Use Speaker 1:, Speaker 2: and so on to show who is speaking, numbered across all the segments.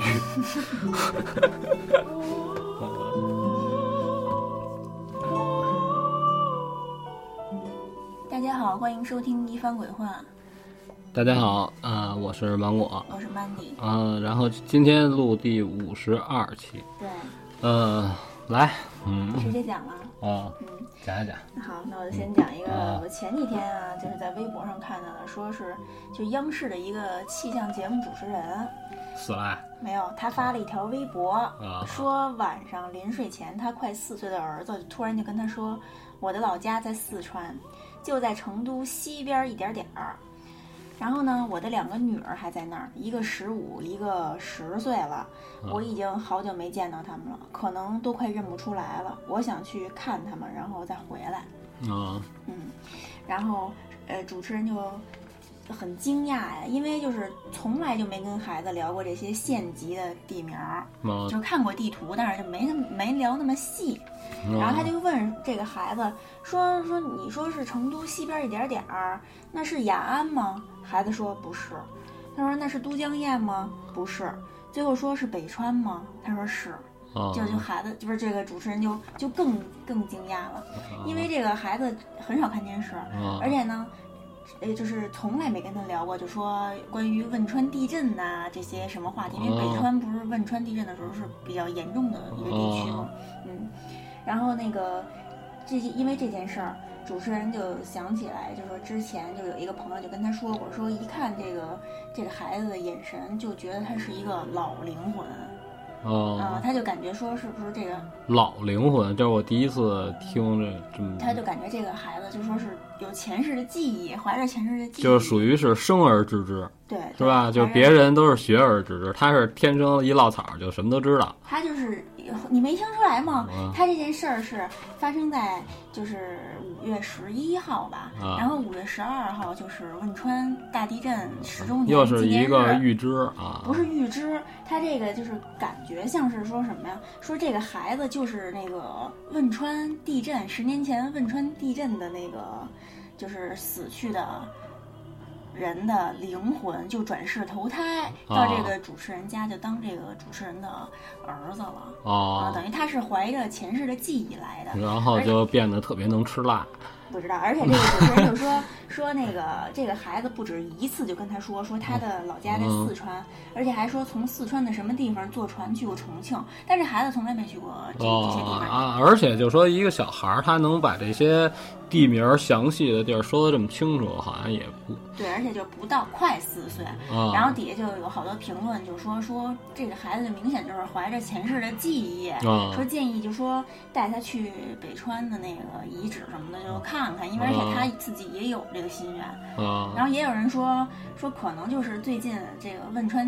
Speaker 1: 语。
Speaker 2: 大家好，欢迎收听《一番鬼话
Speaker 1: 大家好，啊、我是芒果》，，
Speaker 2: 我是曼迪。
Speaker 1: 嗯、然后今天录第五十二期，
Speaker 2: 对，
Speaker 1: 呃，来，嗯，
Speaker 2: 直接讲了。
Speaker 1: 啊、讲一讲，
Speaker 2: 那好，那我就先讲一个，
Speaker 1: 啊
Speaker 2: 我前几天啊，就是在微博上看到的，说是就央视的一个气象节目主持人，
Speaker 1: 死赖，
Speaker 2: 没有，他发了一条微博，
Speaker 1: 啊
Speaker 2: 说晚上临睡前，他快四岁的儿子突然就跟他说：“我的老家在四川，就在成都西边一点点儿。然后呢，我的两个女儿还在那儿，一个十五，一个十岁了。我已经好久没见到他们了，可能都快认不出来了。我想去看他们，然后再回来。”
Speaker 1: 啊、
Speaker 2: 然后呃，主持人就很惊讶呀，因为就是从来就没跟孩子聊过这些县级的地名儿，
Speaker 1: 嗯
Speaker 2: 就是看过地图，但是就没那么没聊那么细。
Speaker 1: 哦
Speaker 2: 然后他就问这个孩子说说你说是成都西边一点点儿，那是雅安吗？孩子说不是。他说那是都江堰吗？不是。最后说是北川吗？他说是。
Speaker 1: 啊，
Speaker 2: 就就孩子就是这个主持人就就更更惊讶了，
Speaker 1: 哦
Speaker 2: 因为这个孩子很少看电视，
Speaker 1: 啊
Speaker 2: 而且呢，呃，就是从来没跟他聊过，就说关于汶川地震呐、这些什么话题，因为
Speaker 1: 哦
Speaker 2: 北川不是汶川地震的时候是比较严重的一个地
Speaker 1: 哦
Speaker 2: 区嘛，嗯，然后那个这因为这件事儿，主持人就想起来，就说之前就有一个朋友就跟他说过，说一看这个这个孩子的眼神，就觉得他是一个老灵魂。啊、
Speaker 1: 啊，
Speaker 2: 他就感觉说是不是这个，
Speaker 1: 老灵魂，这是我第一次听这这么，
Speaker 2: 他就感觉这个孩子就说是有前世的记忆，怀着前世的记忆，
Speaker 1: 就是属于是生而知之，
Speaker 2: 对，
Speaker 1: 是吧？
Speaker 2: 对
Speaker 1: 就
Speaker 2: 怀
Speaker 1: 别
Speaker 2: 着
Speaker 1: 人都是学而知之，他是天生一落草就什么都知道。
Speaker 2: 他就是你没听出来吗？
Speaker 1: 嗯
Speaker 2: 他这件事儿是发生在就是五月十一号吧，
Speaker 1: 啊
Speaker 2: 然后五月十二号就是汶川大地震十周年
Speaker 1: 又是
Speaker 2: 纪念
Speaker 1: 一个
Speaker 2: 日
Speaker 1: 预知啊，
Speaker 2: 不是预知，他这个就是感觉像是说什么呀？说这个孩子就是那个汶川地震，十年前汶川地震的那个，就是死去的人的灵魂就转世投胎到这个主持人家，就当这个主持人的儿子了啊，
Speaker 1: 啊，
Speaker 2: 等于他是怀着前世的记忆来的。
Speaker 1: 然后就变得特别能吃辣
Speaker 2: 不知道，而且这个主持人就说说那个这个孩子不止一次就跟他说说他的老家在
Speaker 1: 嗯
Speaker 2: 四川，而且还说从四川的什么地方坐船去过重庆，但是孩子从来没去过哎这、这些地
Speaker 1: 啊
Speaker 2: 方。
Speaker 1: 啊！而且就说一个小孩儿，他能把这些地名儿详细的地儿说的这么清楚，好像也不
Speaker 2: 对，而且就不到快四岁，
Speaker 1: 啊。
Speaker 2: 然后底下就有好多评论就说说这个孩子明显就是怀着前世的记忆，
Speaker 1: 啊
Speaker 2: 说建议就说带他去北川的那个遗址什么的就看看，因为而且他自己也有这个心愿。
Speaker 1: 啊
Speaker 2: 然后也有人说说可能就是最近这个汶川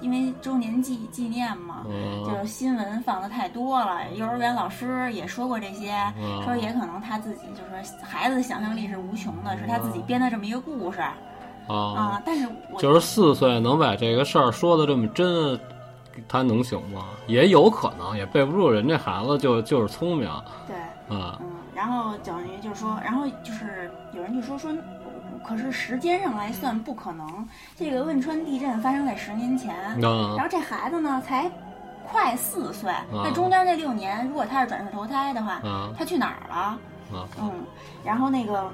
Speaker 2: 因为周年纪纪念嘛，
Speaker 1: 啊嗯
Speaker 2: 就是新闻放的太多了，幼儿园老师也说过这些，
Speaker 1: 啊
Speaker 2: 说也可能他自己就是孩子的想象力是无穷的，是他自己编的这么一个故事啊、
Speaker 1: 啊！
Speaker 2: 但是我
Speaker 1: 就是四岁能把这个事儿说的这么真，他能行吗？也有可能，也背不住人这孩子就就是聪明
Speaker 2: 对，
Speaker 1: 啊
Speaker 2: 嗯，然后等于就说，然后就是有人就说说。可是时间上来算不可能，这个汶川地震发生在十年前，
Speaker 1: 啊
Speaker 2: 然后这孩子呢才快四岁，那中间这六年，如果他是转世投胎的话，
Speaker 1: 啊
Speaker 2: 他去哪儿了？
Speaker 1: 啊！
Speaker 2: 嗯，然后那个，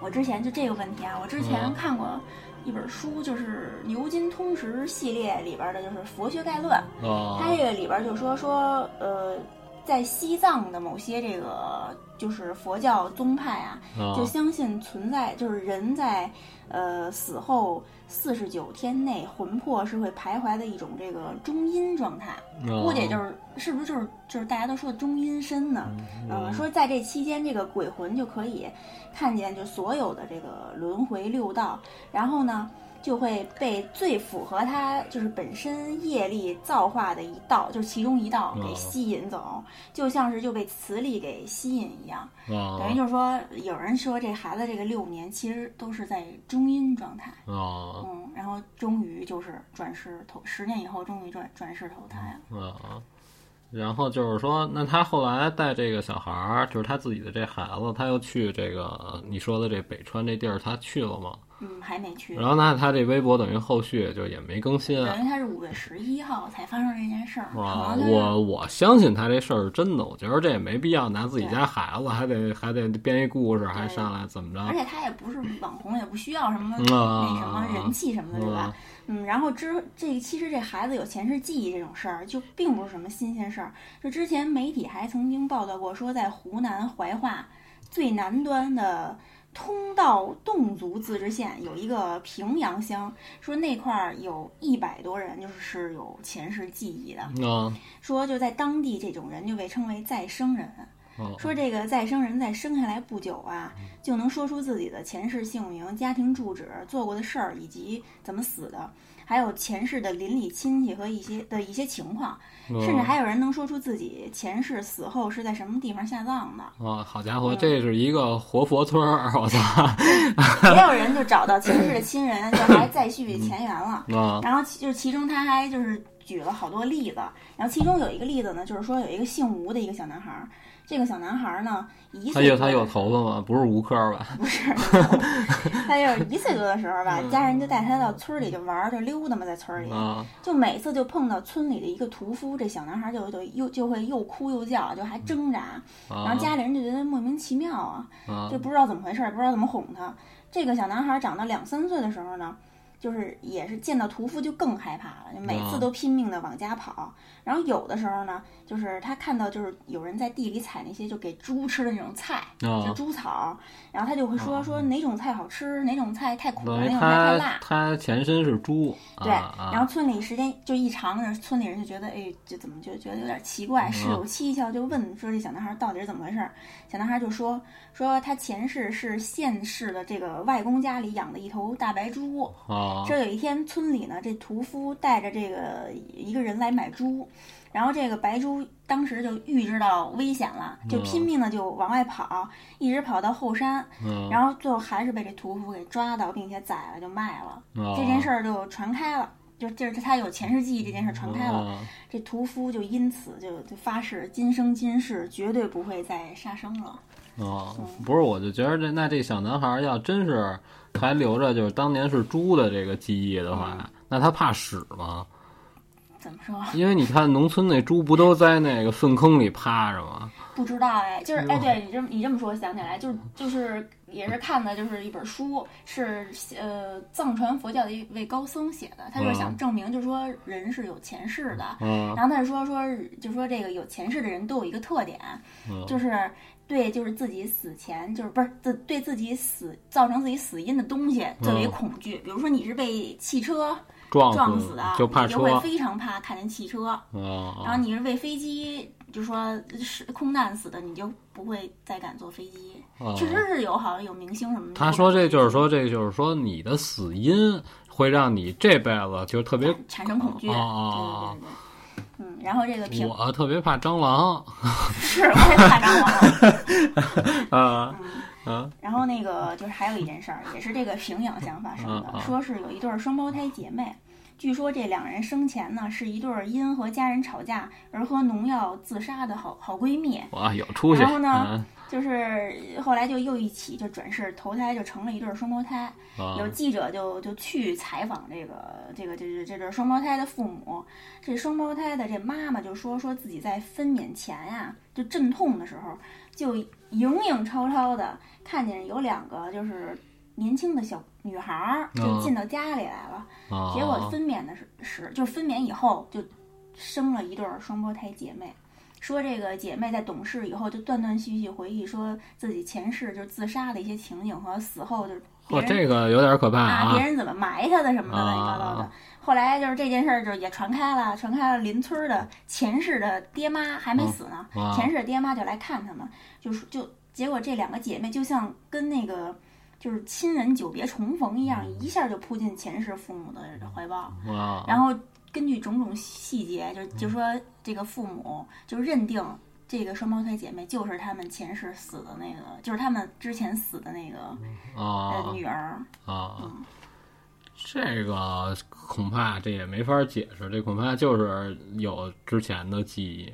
Speaker 2: 我之前就这个问题啊，我之前
Speaker 1: 嗯
Speaker 2: 看过一本书，就是《牛津通识》系列里边的，就是《佛学概论》，
Speaker 1: 啊
Speaker 2: 它这个里边就说说，呃，在西藏的某些这个就是佛教宗派啊，
Speaker 1: 啊
Speaker 2: 就相信存在，就是人在呃死后四十九天内，魂魄是会徘徊的一种这个中阴状态。
Speaker 1: 啊哦
Speaker 2: 估计就是是不是就是就是大家都说的中阴身呢？嗯，说在这期间，这个鬼魂就可以看见就所有的这个轮回六道，然后呢。就会被最符合他就是本身业力造化的一道，就是其中一道给
Speaker 1: 哦
Speaker 2: 吸引走，就像是就被磁力给吸引一样。
Speaker 1: 啊
Speaker 2: 等于就是说，有人说这孩子这个六年其实都是在中阴状态，
Speaker 1: 啊
Speaker 2: 嗯，然后终于就是转世投，十年以后终于转转世投胎了。
Speaker 1: 啊，然后就是说，那他后来带这个小孩儿，就是他自己的这孩子，他又去这个你说的这北川这地儿，他去了吗？
Speaker 2: 嗯，还没去。
Speaker 1: 哦然后那他这微博等于后续就也没更新啊。
Speaker 2: 等于他是五月十一号才发生这件事儿，
Speaker 1: 哇，
Speaker 2: 可能就是
Speaker 1: 我我相信他这事儿是真的，我觉得这也没必要拿自己家孩子，还得还得编一故事，还上来怎么
Speaker 2: 而
Speaker 1: 着？
Speaker 2: 且他也不是网红，也不需要什么
Speaker 1: 嗯
Speaker 2: 那什么
Speaker 1: 啊
Speaker 2: 人气什么的，对吧？嗯，然后之这其实这孩子有前世记忆这种事儿，就并不是什么新鲜事儿。就之前媒体还曾经报道过，说在湖南怀化最南端的通道侗族自治县有一个平阳乡，说那块儿有一百多人就是是有前世记忆的，
Speaker 1: 啊
Speaker 2: 说就在当地这种人就被称为再生人。
Speaker 1: 哦
Speaker 2: 说这个再生人在生下来不久啊，
Speaker 1: 嗯
Speaker 2: 就能说出自己的前世姓名、家庭住址、做过的事儿以及怎么死的，还有前世的邻里亲戚和一些的一些情况，
Speaker 1: 哦啊
Speaker 2: 甚至还有人能说出自己前世死后是在什么地方下葬的。
Speaker 1: 哦，好家
Speaker 2: 哎
Speaker 1: 伙，这是一个活佛村儿，我操！
Speaker 2: 也有人就找到前世的亲人，就还再
Speaker 1: 嗯
Speaker 2: 续前缘了。
Speaker 1: 啊
Speaker 2: 然后其就是其中他还就是举了好多例子，然后其中有一个例子呢，就是说有一个姓吴的一个小男孩儿，这个小男孩儿呢，一
Speaker 1: 他
Speaker 2: 岁
Speaker 1: 有
Speaker 2: 多
Speaker 1: 他
Speaker 2: 的
Speaker 1: 有头发吗？不是吴科吧？
Speaker 2: 不是，他就是一岁多的时候吧，家人就带他到村儿里就玩儿，就溜达嘛，在村儿里，
Speaker 1: 啊
Speaker 2: 就每次就碰到村里的一个屠夫，这小男孩就就又就会又哭又叫，就还挣扎，然
Speaker 1: 啊
Speaker 2: 后家里人就觉得莫名其妙啊，
Speaker 1: 啊
Speaker 2: 就不知道怎么回事儿，不知道怎么哄他。这个小男孩长到两三岁的时候呢，就是也是见到屠夫就更害怕了，就每次都拼命的往家跑。然后有的时候呢，就是他看到就是有人在地里采那些就给猪吃的那种菜，就
Speaker 1: 啊！
Speaker 2: 猪草，然后他就会说说哪种菜好吃，哪种菜太苦
Speaker 1: 等
Speaker 2: 了，哪
Speaker 1: 于
Speaker 2: 种菜哎太
Speaker 1: 他
Speaker 2: 辣。
Speaker 1: 他前身是猪，
Speaker 2: 对，
Speaker 1: 啊
Speaker 2: 然后村里时间就一长，村里人就觉得，哎，就怎么就觉得有点奇怪，事有蹊跷，就问说这小男孩到底是怎么回事儿。小男孩就说说他前世是县市的这个外公家里养的一头大白猪，
Speaker 1: 啊
Speaker 2: 这有一天，村里呢，这屠夫带着这个一个人来买猪，然后这个白猪当时就预知到危险了，就拼命的就往外跑，一直跑到后山，
Speaker 1: 嗯
Speaker 2: 然后最后还是被这屠夫给抓到，并且宰了就卖了。
Speaker 1: 啊
Speaker 2: 这件事儿就传开了，就这是他有前世记忆这件事儿传开了，
Speaker 1: 啊
Speaker 2: 这屠夫就因此就就发誓今生今世绝对不会再杀生了。
Speaker 1: 哦，不是，我就觉得这那这小男孩儿要真是还留着就是当年是猪的这个记忆的话，
Speaker 2: 嗯
Speaker 1: 那他怕屎吗？
Speaker 2: 怎么说？
Speaker 1: 因为你看农村那猪不都在那个粪坑里趴着吗？
Speaker 2: 不知道哎，就是哎，对你这么你这么说想起来，就是就是也是看的就是一本书，是呃藏传佛教的一位高僧写的，他就是想证明，就是说人是有前世的，
Speaker 1: 啊
Speaker 2: 然后他就说说就说这个有前世的人都有一个特点，
Speaker 1: 哦嗯
Speaker 2: 就是对就是自己死前就是不是自对自己死造成自己死因的东西最为
Speaker 1: 嗯
Speaker 2: 恐惧，比如说你是被汽车
Speaker 1: 撞
Speaker 2: 撞死的，
Speaker 1: 就怕
Speaker 2: 你
Speaker 1: 车
Speaker 2: 就会非常怕看见汽车，然
Speaker 1: 啊
Speaker 2: 后你是被飞机，就说是空难死的，你就不会再敢坐飞机。
Speaker 1: 啊！
Speaker 2: 确实是有，好像有明星什么的。
Speaker 1: 他说这就是说这就是说你的死因会让你这辈子就特别
Speaker 2: 产生恐惧，
Speaker 1: 哦哦
Speaker 2: 对对对对。嗯，然后这个平
Speaker 1: 我特别怕蟑螂
Speaker 2: 是我也怕蟑螂。
Speaker 1: 啊
Speaker 2: 然后那个就是还有一件事儿，也是这个平阳乡发生
Speaker 1: 嗯嗯
Speaker 2: 的，说是有一对儿双胞胎姐妹。据说这两人生前呢是一对儿因和家人吵架而喝农药自杀的好好闺蜜，
Speaker 1: 哇有出息
Speaker 2: 然后呢
Speaker 1: 啊
Speaker 2: 就是后来就又一起就转世投胎，就成了一对儿双胞胎。
Speaker 1: 啊
Speaker 2: 有记者就就去采访这个这个这这这对双胞胎的父母，这双胞胎的这妈妈就说说自己在分娩前呀、就阵痛的时候，就影影绰绰的看见有两个就是年轻的小女孩儿就
Speaker 1: 嗯
Speaker 2: 进到家里来了，
Speaker 1: 啊！
Speaker 2: 结果分娩的时时就是分娩以后就生了一对儿双胞胎姐妹。说这个姐妹在懂事以后，就断断续续回忆说自己前世就是自杀的一些情景和死后就是别
Speaker 1: 哇
Speaker 2: 人
Speaker 1: 这个有点可怕
Speaker 2: 啊，别人怎么埋他的什么的
Speaker 1: 啊
Speaker 2: 乱七八糟的。后来就是这件事儿，就是也传开了，传开了。邻村儿的前世的爹妈还没死呢，
Speaker 1: 啊
Speaker 2: 前世的爹妈就来看他们，就是就结果这两个姐妹就像跟那个就是亲人久别重逢一样，
Speaker 1: 嗯
Speaker 2: 一下就扑进前世父母的怀抱。
Speaker 1: 啊
Speaker 2: 然后根据种种细节，就
Speaker 1: 嗯
Speaker 2: 就说这个父母就认定这个双胞胎姐妹就是他们前世死的那个，就是他们之前死的那个
Speaker 1: 啊
Speaker 2: 呃女嗯儿。
Speaker 1: 啊，这个恐怕这也没法解释，这恐怕就是有之前的记忆，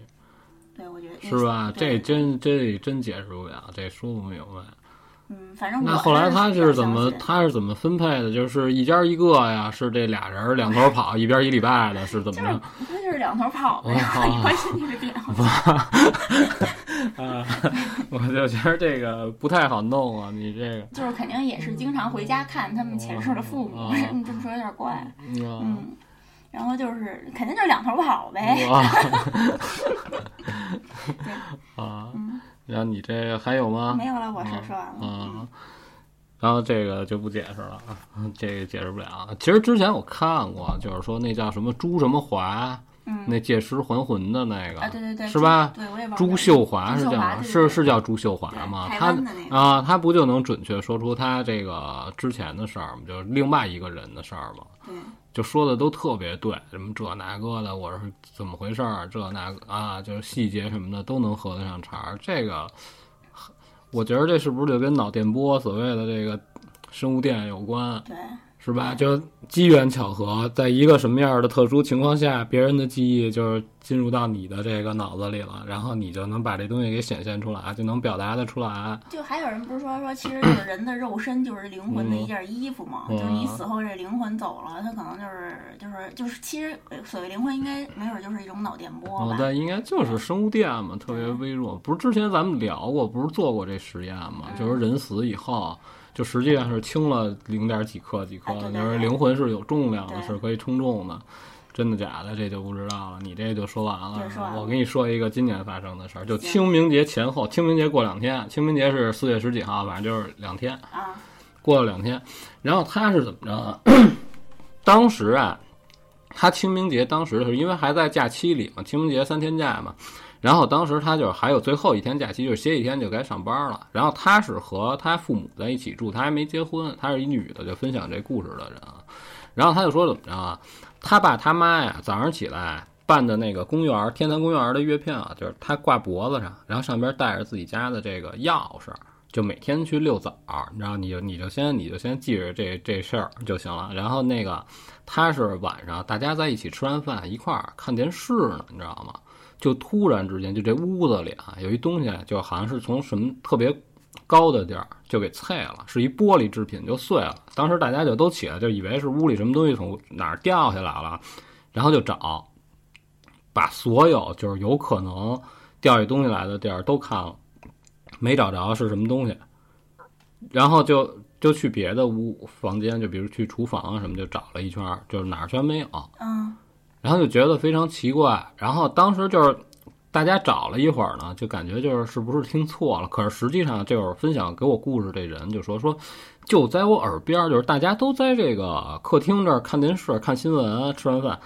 Speaker 2: 对，我觉得
Speaker 1: 是吧？
Speaker 2: 对
Speaker 1: 这真这真解释不了，这说不明白。
Speaker 2: 嗯，反正
Speaker 1: 那
Speaker 2: 我
Speaker 1: 后来他
Speaker 2: 是
Speaker 1: 是怎么
Speaker 2: 比较相信
Speaker 1: 他是怎么分配的？就是一家一个呀，是这俩人两头跑，一边一礼拜的，是怎么
Speaker 2: 就是
Speaker 1: 着？
Speaker 2: 不会就是两头跑呗，
Speaker 1: 哦
Speaker 2: 然 后一关心那个点，
Speaker 1: 啊，我就觉得这个不太好弄啊，你这个，
Speaker 2: 就是肯定也是经常回家看他们前世的父母
Speaker 1: 哦，
Speaker 2: 你这么说有点怪，
Speaker 1: 嗯，
Speaker 2: 嗯，然后就是肯定就是两头跑呗，
Speaker 1: 哇， 嗯啊，然后你这个还有吗？
Speaker 2: 嗯没有了，我是说完了，嗯
Speaker 1: 啊，然后这个就不解释了，啊，这个解释不了。啊其实之前我看过，就是说那叫什么朱什么华，
Speaker 2: 嗯
Speaker 1: 那借尸还魂的那个，
Speaker 2: 啊，对对对，
Speaker 1: 是吧？
Speaker 2: 对，我也忘了
Speaker 1: 朱秀华是
Speaker 2: 朱秀华
Speaker 1: 叫
Speaker 2: 对对
Speaker 1: 是
Speaker 2: 对
Speaker 1: 是叫朱秀华吗？
Speaker 2: 对台
Speaker 1: 他
Speaker 2: 湾的那个
Speaker 1: 啊，他不就能准确说出他这个之前的事儿吗？就是另外一个人的事儿吗？
Speaker 2: 对，
Speaker 1: 就说的都特别对，什么这那个的，我是怎么回事儿，这那个啊，就是细节什么的都能合得上茬儿。这个，我觉得这是不是就跟脑电波所谓的这个生物电有关，
Speaker 2: 对，
Speaker 1: 是吧？就机缘巧合，在一个什么样的特殊情况下，别人的记忆就是进入到你的这个脑子里了，然后你就能把这东西给显现出来，就能表达的出来。
Speaker 2: 就还有人不是说说，其实这个人的肉身就是灵魂的一件衣服嘛，
Speaker 1: 嗯
Speaker 2: 就是你死后这灵魂走了，他可能就是就是就是，其实呃所谓灵魂应该没准就是一种脑电波
Speaker 1: 哦
Speaker 2: 吧，，
Speaker 1: 但应该就是生物电嘛，特别微弱。不是之前咱们聊过，不是做过这实验嘛？
Speaker 2: 嗯
Speaker 1: 就是人死以后，就实际上是轻了零点几克几克
Speaker 2: 啊
Speaker 1: 的，
Speaker 2: 对对
Speaker 1: 就是
Speaker 2: 对
Speaker 1: 灵魂是有重量的，
Speaker 2: 对
Speaker 1: 是可以称重的。真的假的，这就不知道了。你这就说完了
Speaker 2: 对，
Speaker 1: 是
Speaker 2: 说
Speaker 1: 吧
Speaker 2: 完了
Speaker 1: 我跟你说一个今年发生的事儿，就
Speaker 2: 行
Speaker 1: 清明节前后，清明节过两天，清明节是四月十几号，反正就是两天。
Speaker 2: 啊，
Speaker 1: 过了两天，然后他是怎么着啊？当时啊，他清明节当时的时候，因为还在假期里嘛，清明节三天假嘛，然后当时他就是还有最后一天假期，就是歇一天就该上班了。然后他是和他父母在一起住，他还没结婚，他是一女的，就分享这故事的人啊。然后他就说怎么着啊？他爸他妈呀，早上起来办的那个公园儿天坛公园儿的月票啊，就是他挂脖子上，然后上边带着自己家的这个钥匙，就每天去遛早儿，然后你就你就先你就先记着这这事儿就行了。然后那个他是晚上大家在一起吃完饭一块儿看电视呢，你知道吗？就突然之间就这屋子里啊有一东西，就好像是从什么特别高的地儿就给碎了，是一玻璃制品就碎了。当时大家就都起来，就以为是屋里什么东西从哪儿掉下来了，然后就找，把所有就是有可能掉下东西来的地儿都看了，没找着是什么东西，然后就就去别的屋房间，就比如去厨房啊什么，就找了一圈儿，就是哪儿全没有。
Speaker 2: 嗯，
Speaker 1: 然后就觉得非常奇怪。然后当时就是大家找了一会儿呢，就感觉就是是不是听错了？可是实际上就是分享给我故事这人就说说，就在我耳边儿，就是大家都在这个客厅这儿看电视、看新闻、啊吃完饭，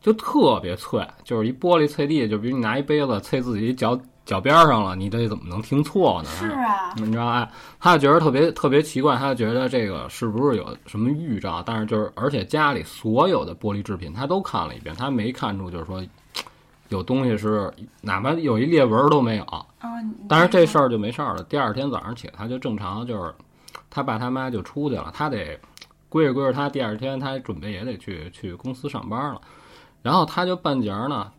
Speaker 1: 就特别脆，就是一玻璃碎地，就比如你拿一杯子啐自己脚脚边儿上了，你这怎么能听错呢？
Speaker 2: 是啊，
Speaker 1: 你知道哎，他就觉得特别特别奇怪，他就觉得这个是不是有什么预兆？但是就是，而且家里所有的玻璃制品他都看了一遍，他没看出就是说有东西是哪怕有一裂纹儿都没有。
Speaker 2: 嗯，
Speaker 1: 但是这事
Speaker 2: 儿
Speaker 1: 儿就没事儿了。第二天早上起来，他就正常，就是他爸他妈就出去了，他得归着归着他，第二天他准备也得去去公司上班了。然后他就半截儿呢，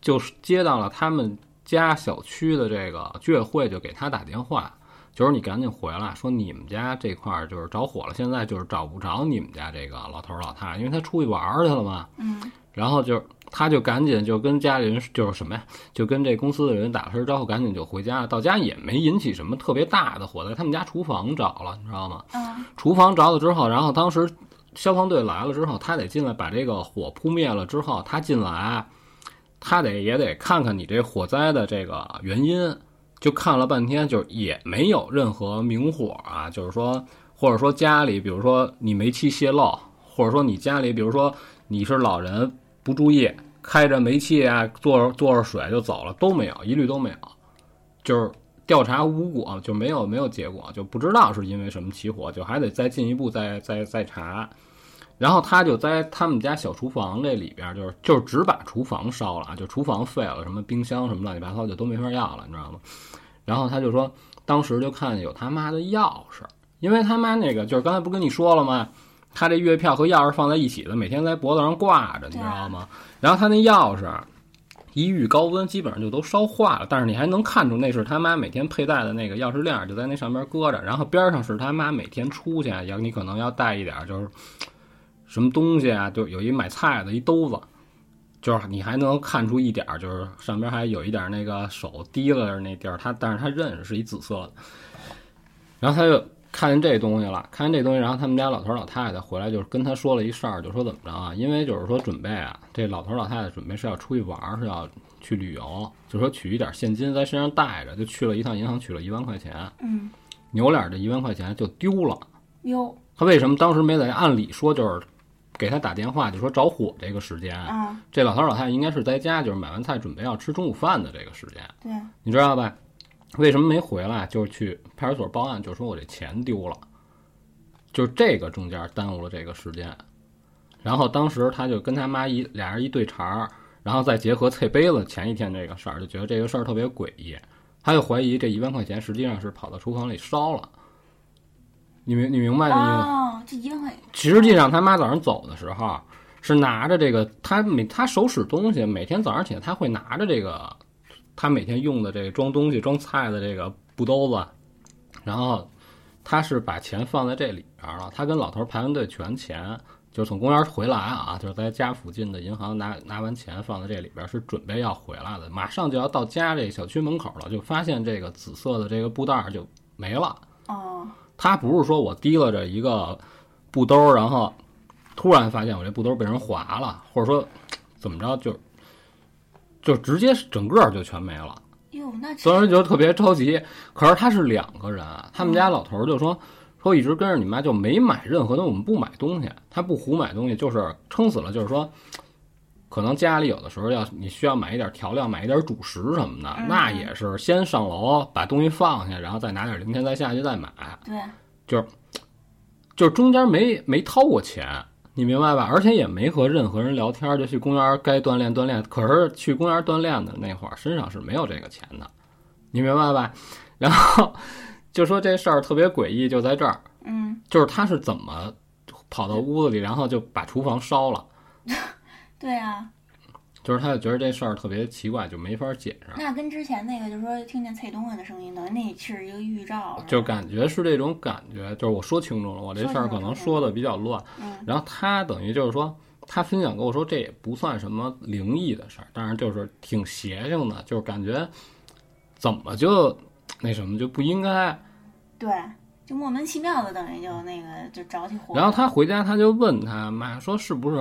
Speaker 1: 就是接到了他们家小区的这个居委会就给他打电话，就是你赶紧回来，说你们家这块儿就是着火了，现在就是找不着你们家这个老头儿老太太，因为他出去玩儿去了嘛。
Speaker 2: 嗯
Speaker 1: 然后就他就赶紧就跟家里人就是什么呀，就跟这公司的人打了声招呼，赶紧就回家了。到家也没引起什么特别大的火灾，他们家厨房着了，你知道吗？
Speaker 2: 嗯
Speaker 1: 厨房着了之后，然后当时消防队来了之后，他得进来把这个火扑灭了之后，他进来，他得也得看看你这火灾的这个原因。就看了半天，就是也没有任何明火啊，就是说，或者说家里，比如说你煤气泄漏，或者说你家里，比如说你是老人不注意开着煤气啊，坐着坐着水就走了，都没有，一律都没有，就是调查无果，就没有没有结果，就不知道是因为什么起火，就还得再进一步再再再查。然后他就在他们家小厨房这里边，就是就是只把厨房烧了啊，就厨房废了，什么冰箱什么乱七八糟就都没法要了，你知道吗？然后他就说，当时就看见有他妈的钥匙，因为他妈那个就是刚才不跟你说了吗？他这月票和钥匙放在一起的，每天在脖子上挂着，你知道吗？然后他那钥匙一遇高温基本上就都烧化了。但是你还能看出那是他妈每天佩戴的那个钥匙链儿，就在那上边搁着，然后边上是他妈每天出去啊要你可能要带一点儿就是什么东西啊，就有一买菜的一兜子。就是你还能看出一点儿，就是上边还有一点儿那个手滴了的那地儿，他但是他认识是一紫色的，然后他就看见这东西了，看见这东西，然后他们家老头儿老太太回来就是跟他说了一事儿，就说怎么着啊？因为就是说准备啊，这老头儿老太太准备是要出去玩儿，是要去旅游，就说取一点现金在身上带着，就去了一趟银行取了一万块钱，
Speaker 2: 嗯，
Speaker 1: 扭脸儿这一万块钱就丢了。
Speaker 2: 哟
Speaker 1: 他为什么当时没在？按理说就是给他打电话，就说着火这个时间，
Speaker 2: 啊，
Speaker 1: 这老头老太太应该是在家，就是买完菜准备要吃中午饭的这个时间，
Speaker 2: 对，
Speaker 1: 你知道吧？为什么没回来？就是去派出所报案，就说我这钱丢了，就这个中间耽误了这个时间。然后当时他就跟他妈一俩人一对茬儿，然后再结合翠杯子前一天这个事儿，就觉得这个事儿特别诡异，他就怀疑这一万块钱实际上是跑到厨房里烧了。你明你明白这意思吗？
Speaker 2: 哦，这一万块，
Speaker 1: 实际上他妈早上走的时候是拿着这个，他每他手使东西，每天早上起来他会拿着这个，他每天用的这个装东西、装菜的这个布兜子，然后他是把钱放在这里边了。他跟老头排完队取完钱，就是从公园回来啊，就是在家附近的银行拿拿完钱放在这里边，是准备要回来的，马上就要到家这小区门口了，就发现这个紫色的这个布袋儿就没了。
Speaker 2: 哦，
Speaker 1: 他不是说我提拉着一个布兜，然后突然发现我这布兜被人划了，或者说怎么着就就直接整个就全没了。
Speaker 2: 哟，那这
Speaker 1: 当时就特别着急。可是他是两个人啊，他们家老头儿就说说一直跟着你妈，就没买任何东西，我们不买东西，他不胡买东西，就是撑死了，就是说。可能家里有的时候要你需要买一点调料，买一点主食什么的，
Speaker 2: 嗯
Speaker 1: 那也是先上楼把东西放下，然后再拿点零钱再下去再买。
Speaker 2: 对，
Speaker 1: 就是中间没没掏过钱，你明白吧？而且也没和任何人聊天，就去公园该锻炼锻炼。可是去公园锻炼的那会儿，身上是没有这个钱的，你明白吧？ 然后就说这事儿特别诡异，就在这儿，
Speaker 2: 嗯，
Speaker 1: 就是他是怎么跑到屋子里，然后就把厨房烧了，
Speaker 2: 对啊，
Speaker 1: 就是他就觉得这事儿特别奇怪，就没法解释。
Speaker 2: 那跟之前那个就是说听见蔡东的声音的，那是一个预兆，是吧
Speaker 1: 就感觉是这种感觉，就是我说清楚了，我这事儿可能说的比较乱。
Speaker 2: 嗯
Speaker 1: 然后他等于就是说，他分享跟我说，这也不算什么灵异的事儿，但是就是挺邪性的，就是感觉怎么就那什么就不应该。
Speaker 2: 对，就莫名其妙的，等于就那个就着起火了，
Speaker 1: 然后他回家，他就问他妈说：“是不是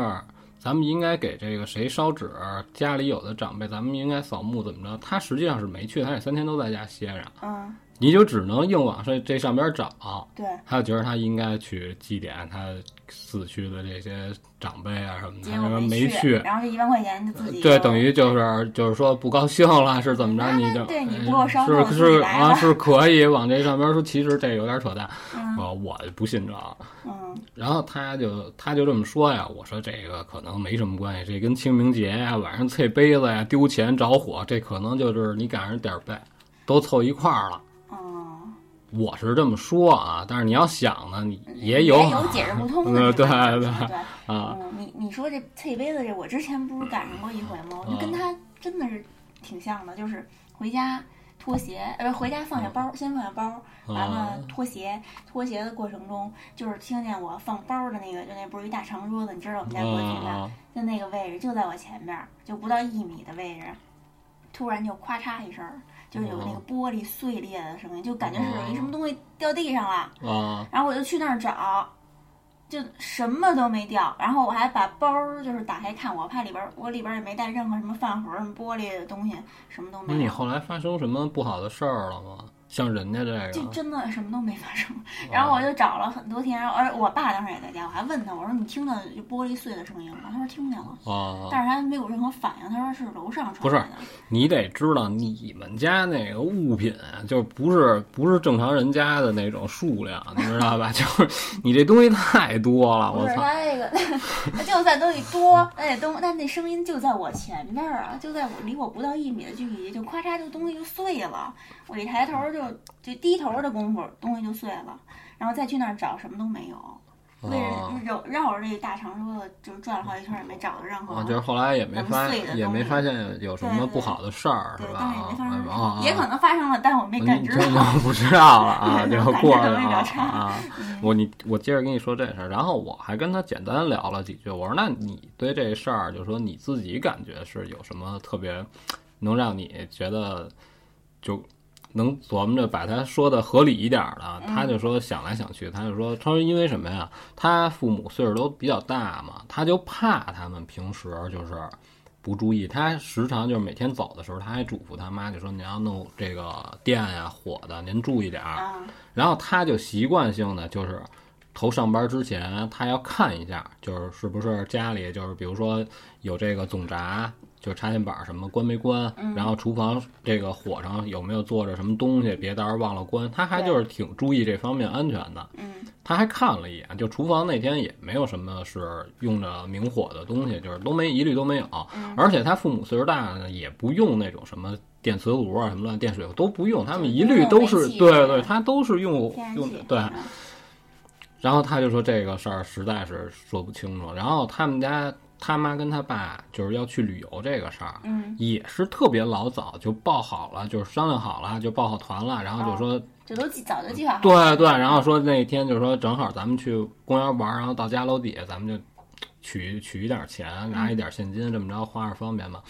Speaker 1: 咱们应该给这个谁烧纸？家里有的长辈，咱们应该扫墓怎么着？”他实际上是没去，他这三天都在家歇着，
Speaker 2: 嗯，
Speaker 1: 你就只能硬往这这上边找。
Speaker 2: 对，
Speaker 1: 他觉得他应该去祭奠他死去的这些长辈啊什么的，
Speaker 2: 结
Speaker 1: 他
Speaker 2: 果
Speaker 1: 说
Speaker 2: 没
Speaker 1: 去，
Speaker 2: 然后这一万块钱就自己
Speaker 1: 这
Speaker 2: 就
Speaker 1: 等于就是就是说不高兴了，是怎么着？
Speaker 2: 妈妈
Speaker 1: 你就
Speaker 2: 对你
Speaker 1: 哎
Speaker 2: 不够烧那我
Speaker 1: 是
Speaker 2: 自己
Speaker 1: 是
Speaker 2: 来
Speaker 1: 啊，
Speaker 2: 吧
Speaker 1: 是可以往这上边说，其实这有点扯淡，
Speaker 2: 嗯
Speaker 1: 我我不信这啊。
Speaker 2: 嗯
Speaker 1: 然后他就他就这么说呀，我说这个可能没什么关系，这跟清明节呀、晚上碎杯子呀、丢钱着火，这可能就是你赶上点儿背，都凑一块儿了。
Speaker 2: 哦，
Speaker 1: 我是这么说啊，但是你要想呢，你也
Speaker 2: 有
Speaker 1: 有
Speaker 2: 嗯有解释不通
Speaker 1: 嗯
Speaker 2: 的这个
Speaker 1: 对
Speaker 2: 东西，
Speaker 1: 对
Speaker 2: 对。
Speaker 1: 啊，
Speaker 2: 嗯，你你说这翠杯子这，我之前不是赶上过一回吗？我
Speaker 1: 嗯
Speaker 2: 就跟他真的是挺像的，就是回家脱鞋，呃，回家放下包，
Speaker 1: 嗯
Speaker 2: 先放下包，完
Speaker 1: 啊
Speaker 2: 了脱鞋，脱鞋的过程中，就是听见我放包的那个，就那不是一大长桌子，你知道我们家过去吧？
Speaker 1: 啊
Speaker 2: 就那个位置就在我前面儿，就不到一米的位置，突然就咔嚓一声儿，就是有那
Speaker 1: 哦
Speaker 2: 个玻璃碎裂的声音，就感觉是有一什么东西掉地上了。
Speaker 1: 啊
Speaker 2: 然后我就去那儿找，就什么都没掉。然后我还把包儿就是打开看，我怕里边儿我里边儿也没带任何什么饭盒儿、什么玻璃的东西，什么都
Speaker 1: 那
Speaker 2: 没
Speaker 1: 你
Speaker 2: 有，
Speaker 1: 后来发生什么不好的事儿了吗？像人家这
Speaker 2: 就
Speaker 1: 个，
Speaker 2: 真的什么都没发
Speaker 1: 哦
Speaker 2: 生。 然后我就找了很多天，然后而我爸当时也在家，我还问他，我说你听到有玻璃碎的声音吗？他说听见了，
Speaker 1: 啊，
Speaker 2: 但是他没有任何反应，他说是楼上
Speaker 1: 不
Speaker 2: 传
Speaker 1: 是
Speaker 2: 来的。
Speaker 1: 你得知道你们家那个物品啊就不是不是正常人家的那种数量，你知道吧？ 就是你这东西太多了，我
Speaker 2: 不是
Speaker 1: 操！
Speaker 2: 他那个， 就算东西多，那也东，那那声音就在我前面儿啊，就在我离我不到一米的距离，就咔嚓就东西就碎了。我一抬头就就低头的功夫，东西就碎了，然后再去那儿找，什么都没有。为
Speaker 1: 哦
Speaker 2: 了绕绕着这个大长桌子，就是转了好几圈也没找到任何
Speaker 1: 啊，就是后来也没发
Speaker 2: 咱们碎的东西
Speaker 1: 也没发现有什么不好的事儿，是
Speaker 2: 对，
Speaker 1: 吧？
Speaker 2: 但是也没发生什
Speaker 1: 啊啊
Speaker 2: 么，，也可能发生了，但我没感
Speaker 1: 哦你
Speaker 2: 知
Speaker 1: 这
Speaker 2: 到。
Speaker 1: 就不知道了 啊，
Speaker 2: 感
Speaker 1: 这
Speaker 2: 知
Speaker 1: 个过去
Speaker 2: 能力比
Speaker 1: 了
Speaker 2: 较
Speaker 1: 啊
Speaker 2: 差嗯
Speaker 1: 啊。我你我接着跟你说这事儿，然后我还跟他简单聊了几句，我说那你对这事儿，就是说你自己感觉是有什么特别能让你觉得就。能琢磨着把他说的合理一点儿的，他就说想来想去，他就说，他说因为什么呀？他父母岁数都比较大嘛，他就怕他们平时就是不注意，他时常就是每天走的时候，他还嘱咐他妈，就说您要弄这个电呀、火的，您注意点儿。
Speaker 2: 啊，
Speaker 1: 然后他就习惯性的就是头上班之前，他要看一下，就是是不是家里就是比如说有这个总闸，就是插线板什么关没关，然后厨房这个火上有没有做着什么东西，别到时候忘了关。他还就是挺注意这方面安全的。
Speaker 2: 嗯，
Speaker 1: 他还看了一眼，就厨房那天也没有什么是用着明火的东西，就是都没一律都没有。
Speaker 2: 嗯
Speaker 1: 而且他父母岁数大呢，也不用那种什么电磁炉啊、什么乱电水壶都不用，他们一律都是
Speaker 2: 就
Speaker 1: 对
Speaker 2: 是那种
Speaker 1: 对对，
Speaker 2: 煤气
Speaker 1: 他都是用
Speaker 2: 天然
Speaker 1: 用
Speaker 2: 气
Speaker 1: 对。
Speaker 2: 嗯
Speaker 1: 然后他就说这个事儿实在是说不清楚。然后他们家他妈跟他爸就是要去旅游这个事儿，
Speaker 2: 嗯，
Speaker 1: 也是特别老早就报好了，就是商量好了，就报好团了，然
Speaker 2: 哦
Speaker 1: 后就说
Speaker 2: 这都计早就计划好了。
Speaker 1: 对对，然后说那天就说正好咱们去公园玩，然后到家楼底下咱们就取取一点钱，拿一点现金，这么着花着方便嘛。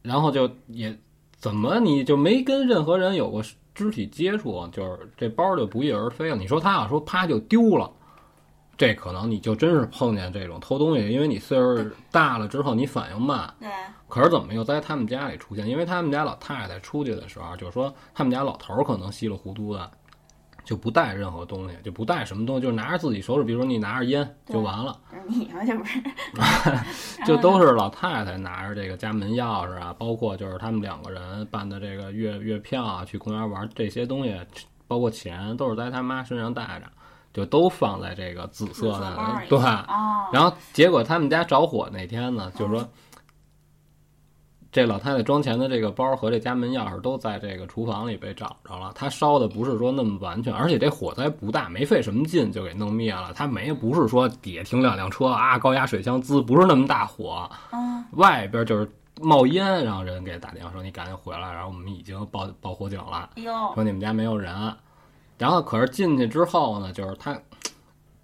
Speaker 1: 然后就也怎么你就没跟任何人有过肢体接触，啊就是这包就不翼而飞了。你说他要说啪就丢了。这可能你就真是碰见这种偷东西，因为你岁数大了之后，你反应慢，
Speaker 2: 对，
Speaker 1: 可是怎么又在他们家里出现？因为他们家老太太出去的时候，啊就是说他们家老头儿可能稀里糊涂的，就不带任何东西，就不带什么东西，就是拿着自己手指，比如说你拿着烟
Speaker 2: 对
Speaker 1: 就完了，
Speaker 2: 你们就不是，然后
Speaker 1: 就
Speaker 2: 呢
Speaker 1: 都是老太太拿着这个家门钥匙啊，包括就是他们两个人办的这个月月票啊，去公园玩这些东西，包括钱都是在他妈身上带着，就都放在这个紫色
Speaker 2: 紫色
Speaker 1: 的
Speaker 2: 包里
Speaker 1: 对，
Speaker 2: 哦，
Speaker 1: 然后结果他们家着火那天呢，就是说，这老太太装钱的这个包和这家门钥匙都在这个厨房里被找着了。她烧的不是说那么完全，而且这火灾不大，没费什么劲就给弄灭了。她没不是说底下停两辆车啊，高压水箱滋，不是那么大火，
Speaker 2: 嗯，
Speaker 1: 外边就是冒烟，然后人给打电话说你赶紧回来，然后我们已经报报火警了。
Speaker 2: 哟，
Speaker 1: 说你们家没有人。然后可是进去之后呢，就是他，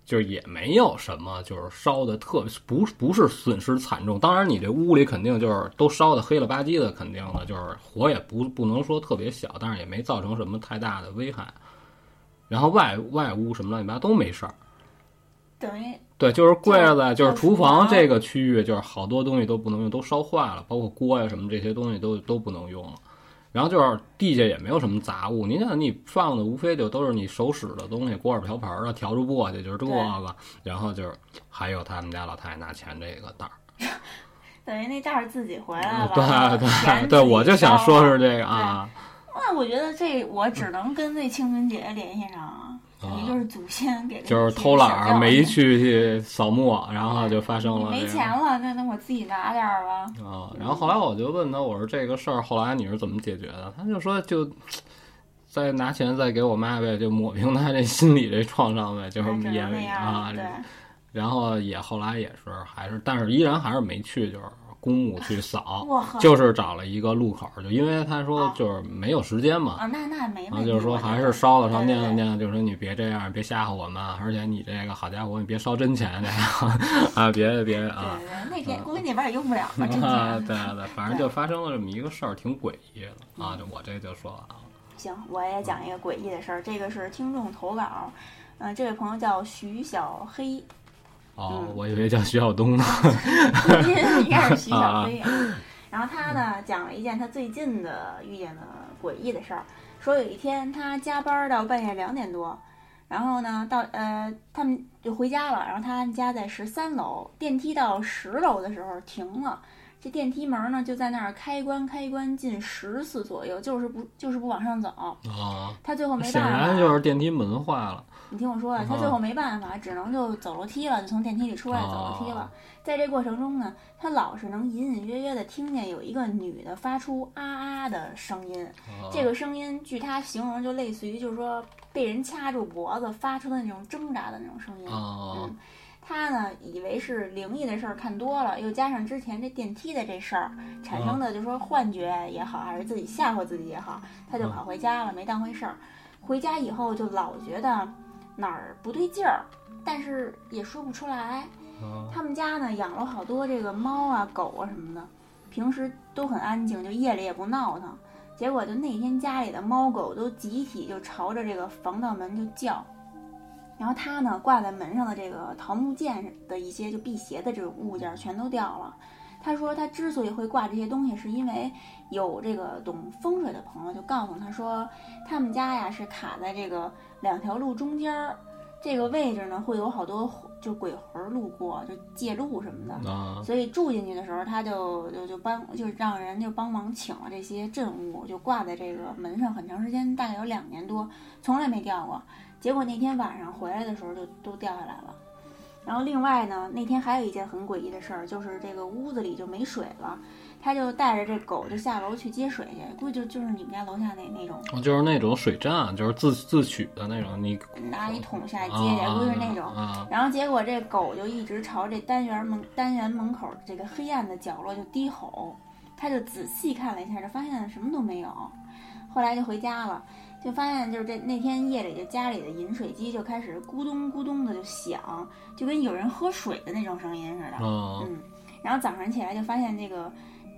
Speaker 1: 就是也没有什么，就是烧的特别不不是损失惨重。当然，你这屋里肯定就是都烧的黑了吧唧的，肯定的，就是火也不不能说特别小，但是也没造成什么太大的危害。然后外外屋什么乱七八糟都没事儿。
Speaker 2: 等于
Speaker 1: 对，就是柜子，
Speaker 2: 就
Speaker 1: 就是是厨
Speaker 2: 厨
Speaker 1: 房
Speaker 2: 房
Speaker 1: 这个区域，就是好多东西都不能用，都烧坏了，包括锅呀、什么这些东西都都不能用了。然后就是地下也没有什么杂物，你想你放的无非就都是你手使的东西，锅碗瓢盆啊、笤帚簸箕，就是这个。然后就是还有他们家老太太拿钱这个袋儿。
Speaker 2: 等于那袋儿自己回来了，
Speaker 1: 嗯对
Speaker 2: 钱
Speaker 1: 对
Speaker 2: 自
Speaker 1: 对，
Speaker 2: 己
Speaker 1: 我就想
Speaker 2: 烧
Speaker 1: 说
Speaker 2: 了
Speaker 1: 是这个啊，
Speaker 2: 那我觉得这我只能跟那清明节联系上啊，
Speaker 1: 啊
Speaker 2: 也就是祖先给的
Speaker 1: 就是
Speaker 2: 一些
Speaker 1: 偷懒
Speaker 2: 小料
Speaker 1: 儿没去去扫墓，然后就发生
Speaker 2: 你
Speaker 1: 了这
Speaker 2: 没
Speaker 1: 个
Speaker 2: 钱了，那那我自己拿点儿吧。
Speaker 1: 啊、然后后来我就问他，我说这个事儿后来你是怎么解决的？他就说就再拿钱再给我妈呗，就抹平他这心理这创伤呗，就是
Speaker 2: 那只
Speaker 1: 也
Speaker 2: 能那样
Speaker 1: 啊
Speaker 2: 了，，对，
Speaker 1: 然后也后来也是还是，但是依然还是没去，就是公墓去 扫，
Speaker 2: 我靠，
Speaker 1: 就是找了一个路口，就因为他说
Speaker 2: 啊
Speaker 1: 就是没有时间嘛，
Speaker 2: 啊，那那没
Speaker 1: 然
Speaker 2: 问
Speaker 1: 后
Speaker 2: 题。
Speaker 1: 就是说
Speaker 2: 我觉
Speaker 1: 还
Speaker 2: 得
Speaker 1: 是烧了上
Speaker 2: 对
Speaker 1: 念
Speaker 2: 对
Speaker 1: 了
Speaker 2: 对
Speaker 1: 念，就是说你别这样，别吓唬我们，啊而且你这个好家伙，你别烧真钱这样 啊，别别啊。
Speaker 2: 对对，那天估计那边也用不了了，真
Speaker 1: 啊，
Speaker 2: 的。
Speaker 1: 对对，反正就发生了这么一个事儿，挺诡异的
Speaker 2: 嗯
Speaker 1: 啊。就我这就说了啊，
Speaker 2: 行，我也讲一个诡异的事儿，这个是听众投稿，嗯、这位朋友叫徐小黑，嗯
Speaker 1: 哦，我以为叫徐晓东呢。
Speaker 2: 应该是徐小飞。 然后他呢讲了一件他最近的遇见的诡异的事儿，说有一天他加班到半夜两点多，然后呢到呃他们就回家了，然后他们家在十三楼，电梯到十楼的时候停了。这电梯门呢，就在那儿开关开关进十次左右，就是不就是不往上走。
Speaker 1: 啊，
Speaker 2: 他最后没办
Speaker 1: 显
Speaker 2: 法，
Speaker 1: 然就是电梯门坏了
Speaker 2: 你听我说啊，他最后没办法，只能就走楼梯了，就从电梯里出来走楼梯了。在这过程中呢，他老是能隐隐约约的听见有一个女的发出啊啊的声音，
Speaker 1: 啊
Speaker 2: 这个声音据他形容就类似于就是说被人掐住脖子发出的那种挣扎的那种声音。
Speaker 1: 哦
Speaker 2: 嗯，他呢以为是灵异的事儿看多了，又加上之前这电梯的这事儿产生的，就说幻觉也好，还是自己吓唬自己也好，他就跑回家了，没当回事儿。回家以后就老觉得哪儿不对劲儿，但是也说不出来。
Speaker 1: 哦
Speaker 2: 他们家呢养了好多这个猫啊、狗啊什么的，平时都很安静，就夜里也不闹腾。结果就那天家里的猫狗都集体就朝着这个防盗门就叫，然后他呢挂在门上的这个桃木剑的一些就辟邪的这种物件全都掉了。他说他之所以会挂这些东西，是因为有这个懂风水的朋友就告诉他说，他们家呀是卡在这个两条路中间儿，这个位置呢会有好多就鬼魂儿路过，就借路什么的。
Speaker 1: 啊
Speaker 2: 所以住进去的时候，他就就就帮就让人就帮忙请了这些镇物，就挂在这个门上很长时间，大概有两年多，从来没掉过。结果那天晚上回来的时候就都掉下来了。然后另外呢，那天还有一件很诡异的事儿，就是这个屋子里就没水了，他就带着这狗就下楼去接水去，估计就就是你们家楼下那那种
Speaker 1: 啊就是那种水站，就是自自取的那种，你
Speaker 2: 拿一桶下
Speaker 1: 啊
Speaker 2: 来接去，估计是那种。
Speaker 1: 啊
Speaker 2: 然后结果这狗就一直朝这单元门单元门口这个黑暗的角落就低吼，他就仔细看了一下，就发现什么都没有。后来就回家了，就发现就是这那天夜里，就家里的饮水机就开始咕咚咕咚的就响，就跟有人喝水的那种声音似的。
Speaker 1: 啊
Speaker 2: 嗯，然后早上起来就发现这个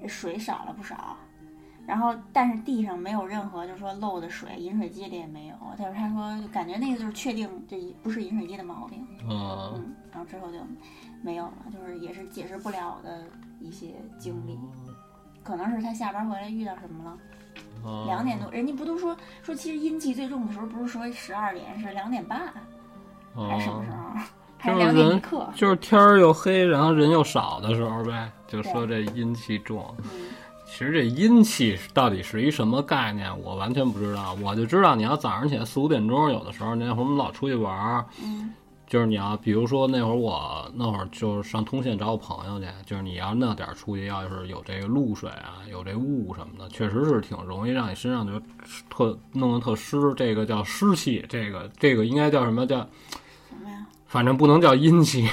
Speaker 2: 水少了不少，然后但是地上没有任何就是说漏的水，饮水机里也没有。他说他说就感觉那个就是确定这不是饮水机的毛病，
Speaker 1: 啊
Speaker 2: 嗯，然后之后就没有了，就是也是解释不了的一些经历，可能是他下班回来遇到什么了。
Speaker 1: 啊
Speaker 2: 两点多，人家不都说说其实阴气最重的时候不是说十二点，是两点半还是什么时
Speaker 1: 啊
Speaker 2: 候， 还是
Speaker 1: 就是
Speaker 2: 两点
Speaker 1: 人
Speaker 2: 一刻。
Speaker 1: 就是天儿又黑，然后人又少的时候呗，就说这阴气重。
Speaker 2: 嗯
Speaker 1: 其实这阴气到底是一什么概念，我完全不知道。我就知道你要早上起来四五点钟，有的时候那会儿我们老出去玩儿，
Speaker 2: 嗯
Speaker 1: 就是你要比如说那会儿我那会儿就是上通县找我朋友去，就是你要那点儿出去，要是有这个露水啊，有这雾什么的，确实是挺容易让你身上就特弄得特湿，这个叫湿气，这个这个应该叫什么叫？
Speaker 2: 什么呀？
Speaker 1: 反正不能叫阴气，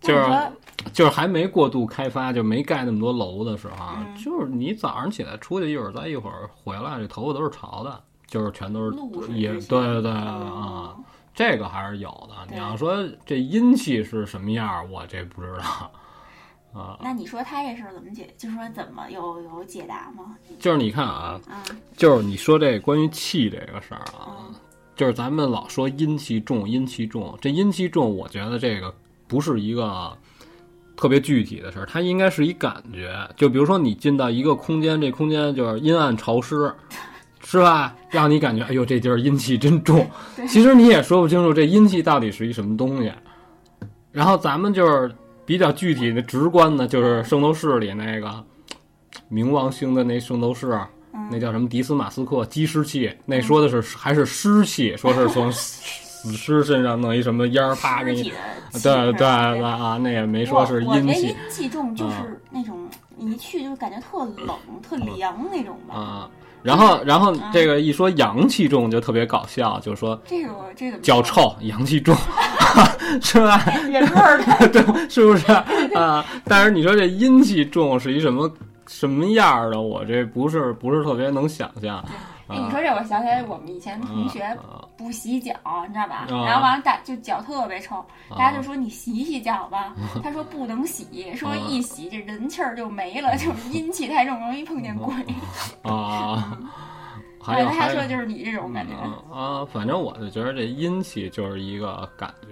Speaker 1: 就是
Speaker 2: 那你说
Speaker 1: 就是还没过度开发，就没盖那么多楼的时候啊，
Speaker 2: 嗯
Speaker 1: 就是你早上起来出去一会儿，再一会儿回来，这头发都是潮的，就是全都是
Speaker 2: 露水
Speaker 1: 也
Speaker 2: 之
Speaker 1: 对
Speaker 2: 气
Speaker 1: 对对啊
Speaker 2: 哦，
Speaker 1: 这个还是有的。
Speaker 2: 对
Speaker 1: 你要说这阴气是什么样儿，我这不知道啊。
Speaker 2: 嗯那你说他这事儿怎么解？就说怎么有有解答吗？
Speaker 1: 就是你看啊，
Speaker 2: 啊，
Speaker 1: 就是你说这关于气这个事儿啊
Speaker 2: 嗯，
Speaker 1: 就是咱们老说阴气重，阴气重，这阴气重，我觉得这个不是一个特别具体的事儿，它应该是一感觉。就比如说你进到一个空间，这空间就是阴暗潮湿， 是吧？让你感觉哎呦这地儿阴气真重，
Speaker 2: 对
Speaker 1: 其实你也说不清楚这阴气到底是一什么东西。然后咱们就是比较具体的、直观的，就是《圣斗士》里那个冥王星的那圣斗士，啊
Speaker 2: 嗯
Speaker 1: 那叫什么迪斯马斯克积湿气，那说的是还是湿气，说是从死尸身上弄一什么烟儿啪给你
Speaker 2: 尸体，的
Speaker 1: 对
Speaker 2: 气是吧
Speaker 1: 对对啊，那也没说是
Speaker 2: 我我觉
Speaker 1: 阴
Speaker 2: 得
Speaker 1: 气啊
Speaker 2: 阴气重就是那种你一去就是感觉特冷、
Speaker 1: 嗯
Speaker 2: 特凉那种吧。
Speaker 1: 啊。然后，然后这个一说阳气重就特别搞笑，就说
Speaker 2: 这个我这个
Speaker 1: 脚，臭，阳气重， 是吧？
Speaker 2: 人 味儿的。
Speaker 1: 对，是不是啊？但是你说这阴气重是一什么什么样儿的？我这不是不是特别能想象。
Speaker 2: 哎，
Speaker 1: 啊
Speaker 2: 你说这，我想起来我们以前同学
Speaker 1: 啊
Speaker 2: 不洗脚，你知道吧？
Speaker 1: 啊
Speaker 2: 然后完了大就脚特别臭，
Speaker 1: 啊
Speaker 2: 大家就说你洗洗脚吧，
Speaker 1: 嗯
Speaker 2: 他说不能洗，说一洗这人气儿就没了，就是阴气太重，容易碰见鬼。
Speaker 1: 啊，嗯还
Speaker 2: 嗯哎
Speaker 1: 有
Speaker 2: 他
Speaker 1: 还有
Speaker 2: 说的就是你这种感觉。
Speaker 1: 嗯啊，反正我就觉得这阴气就是一个感觉，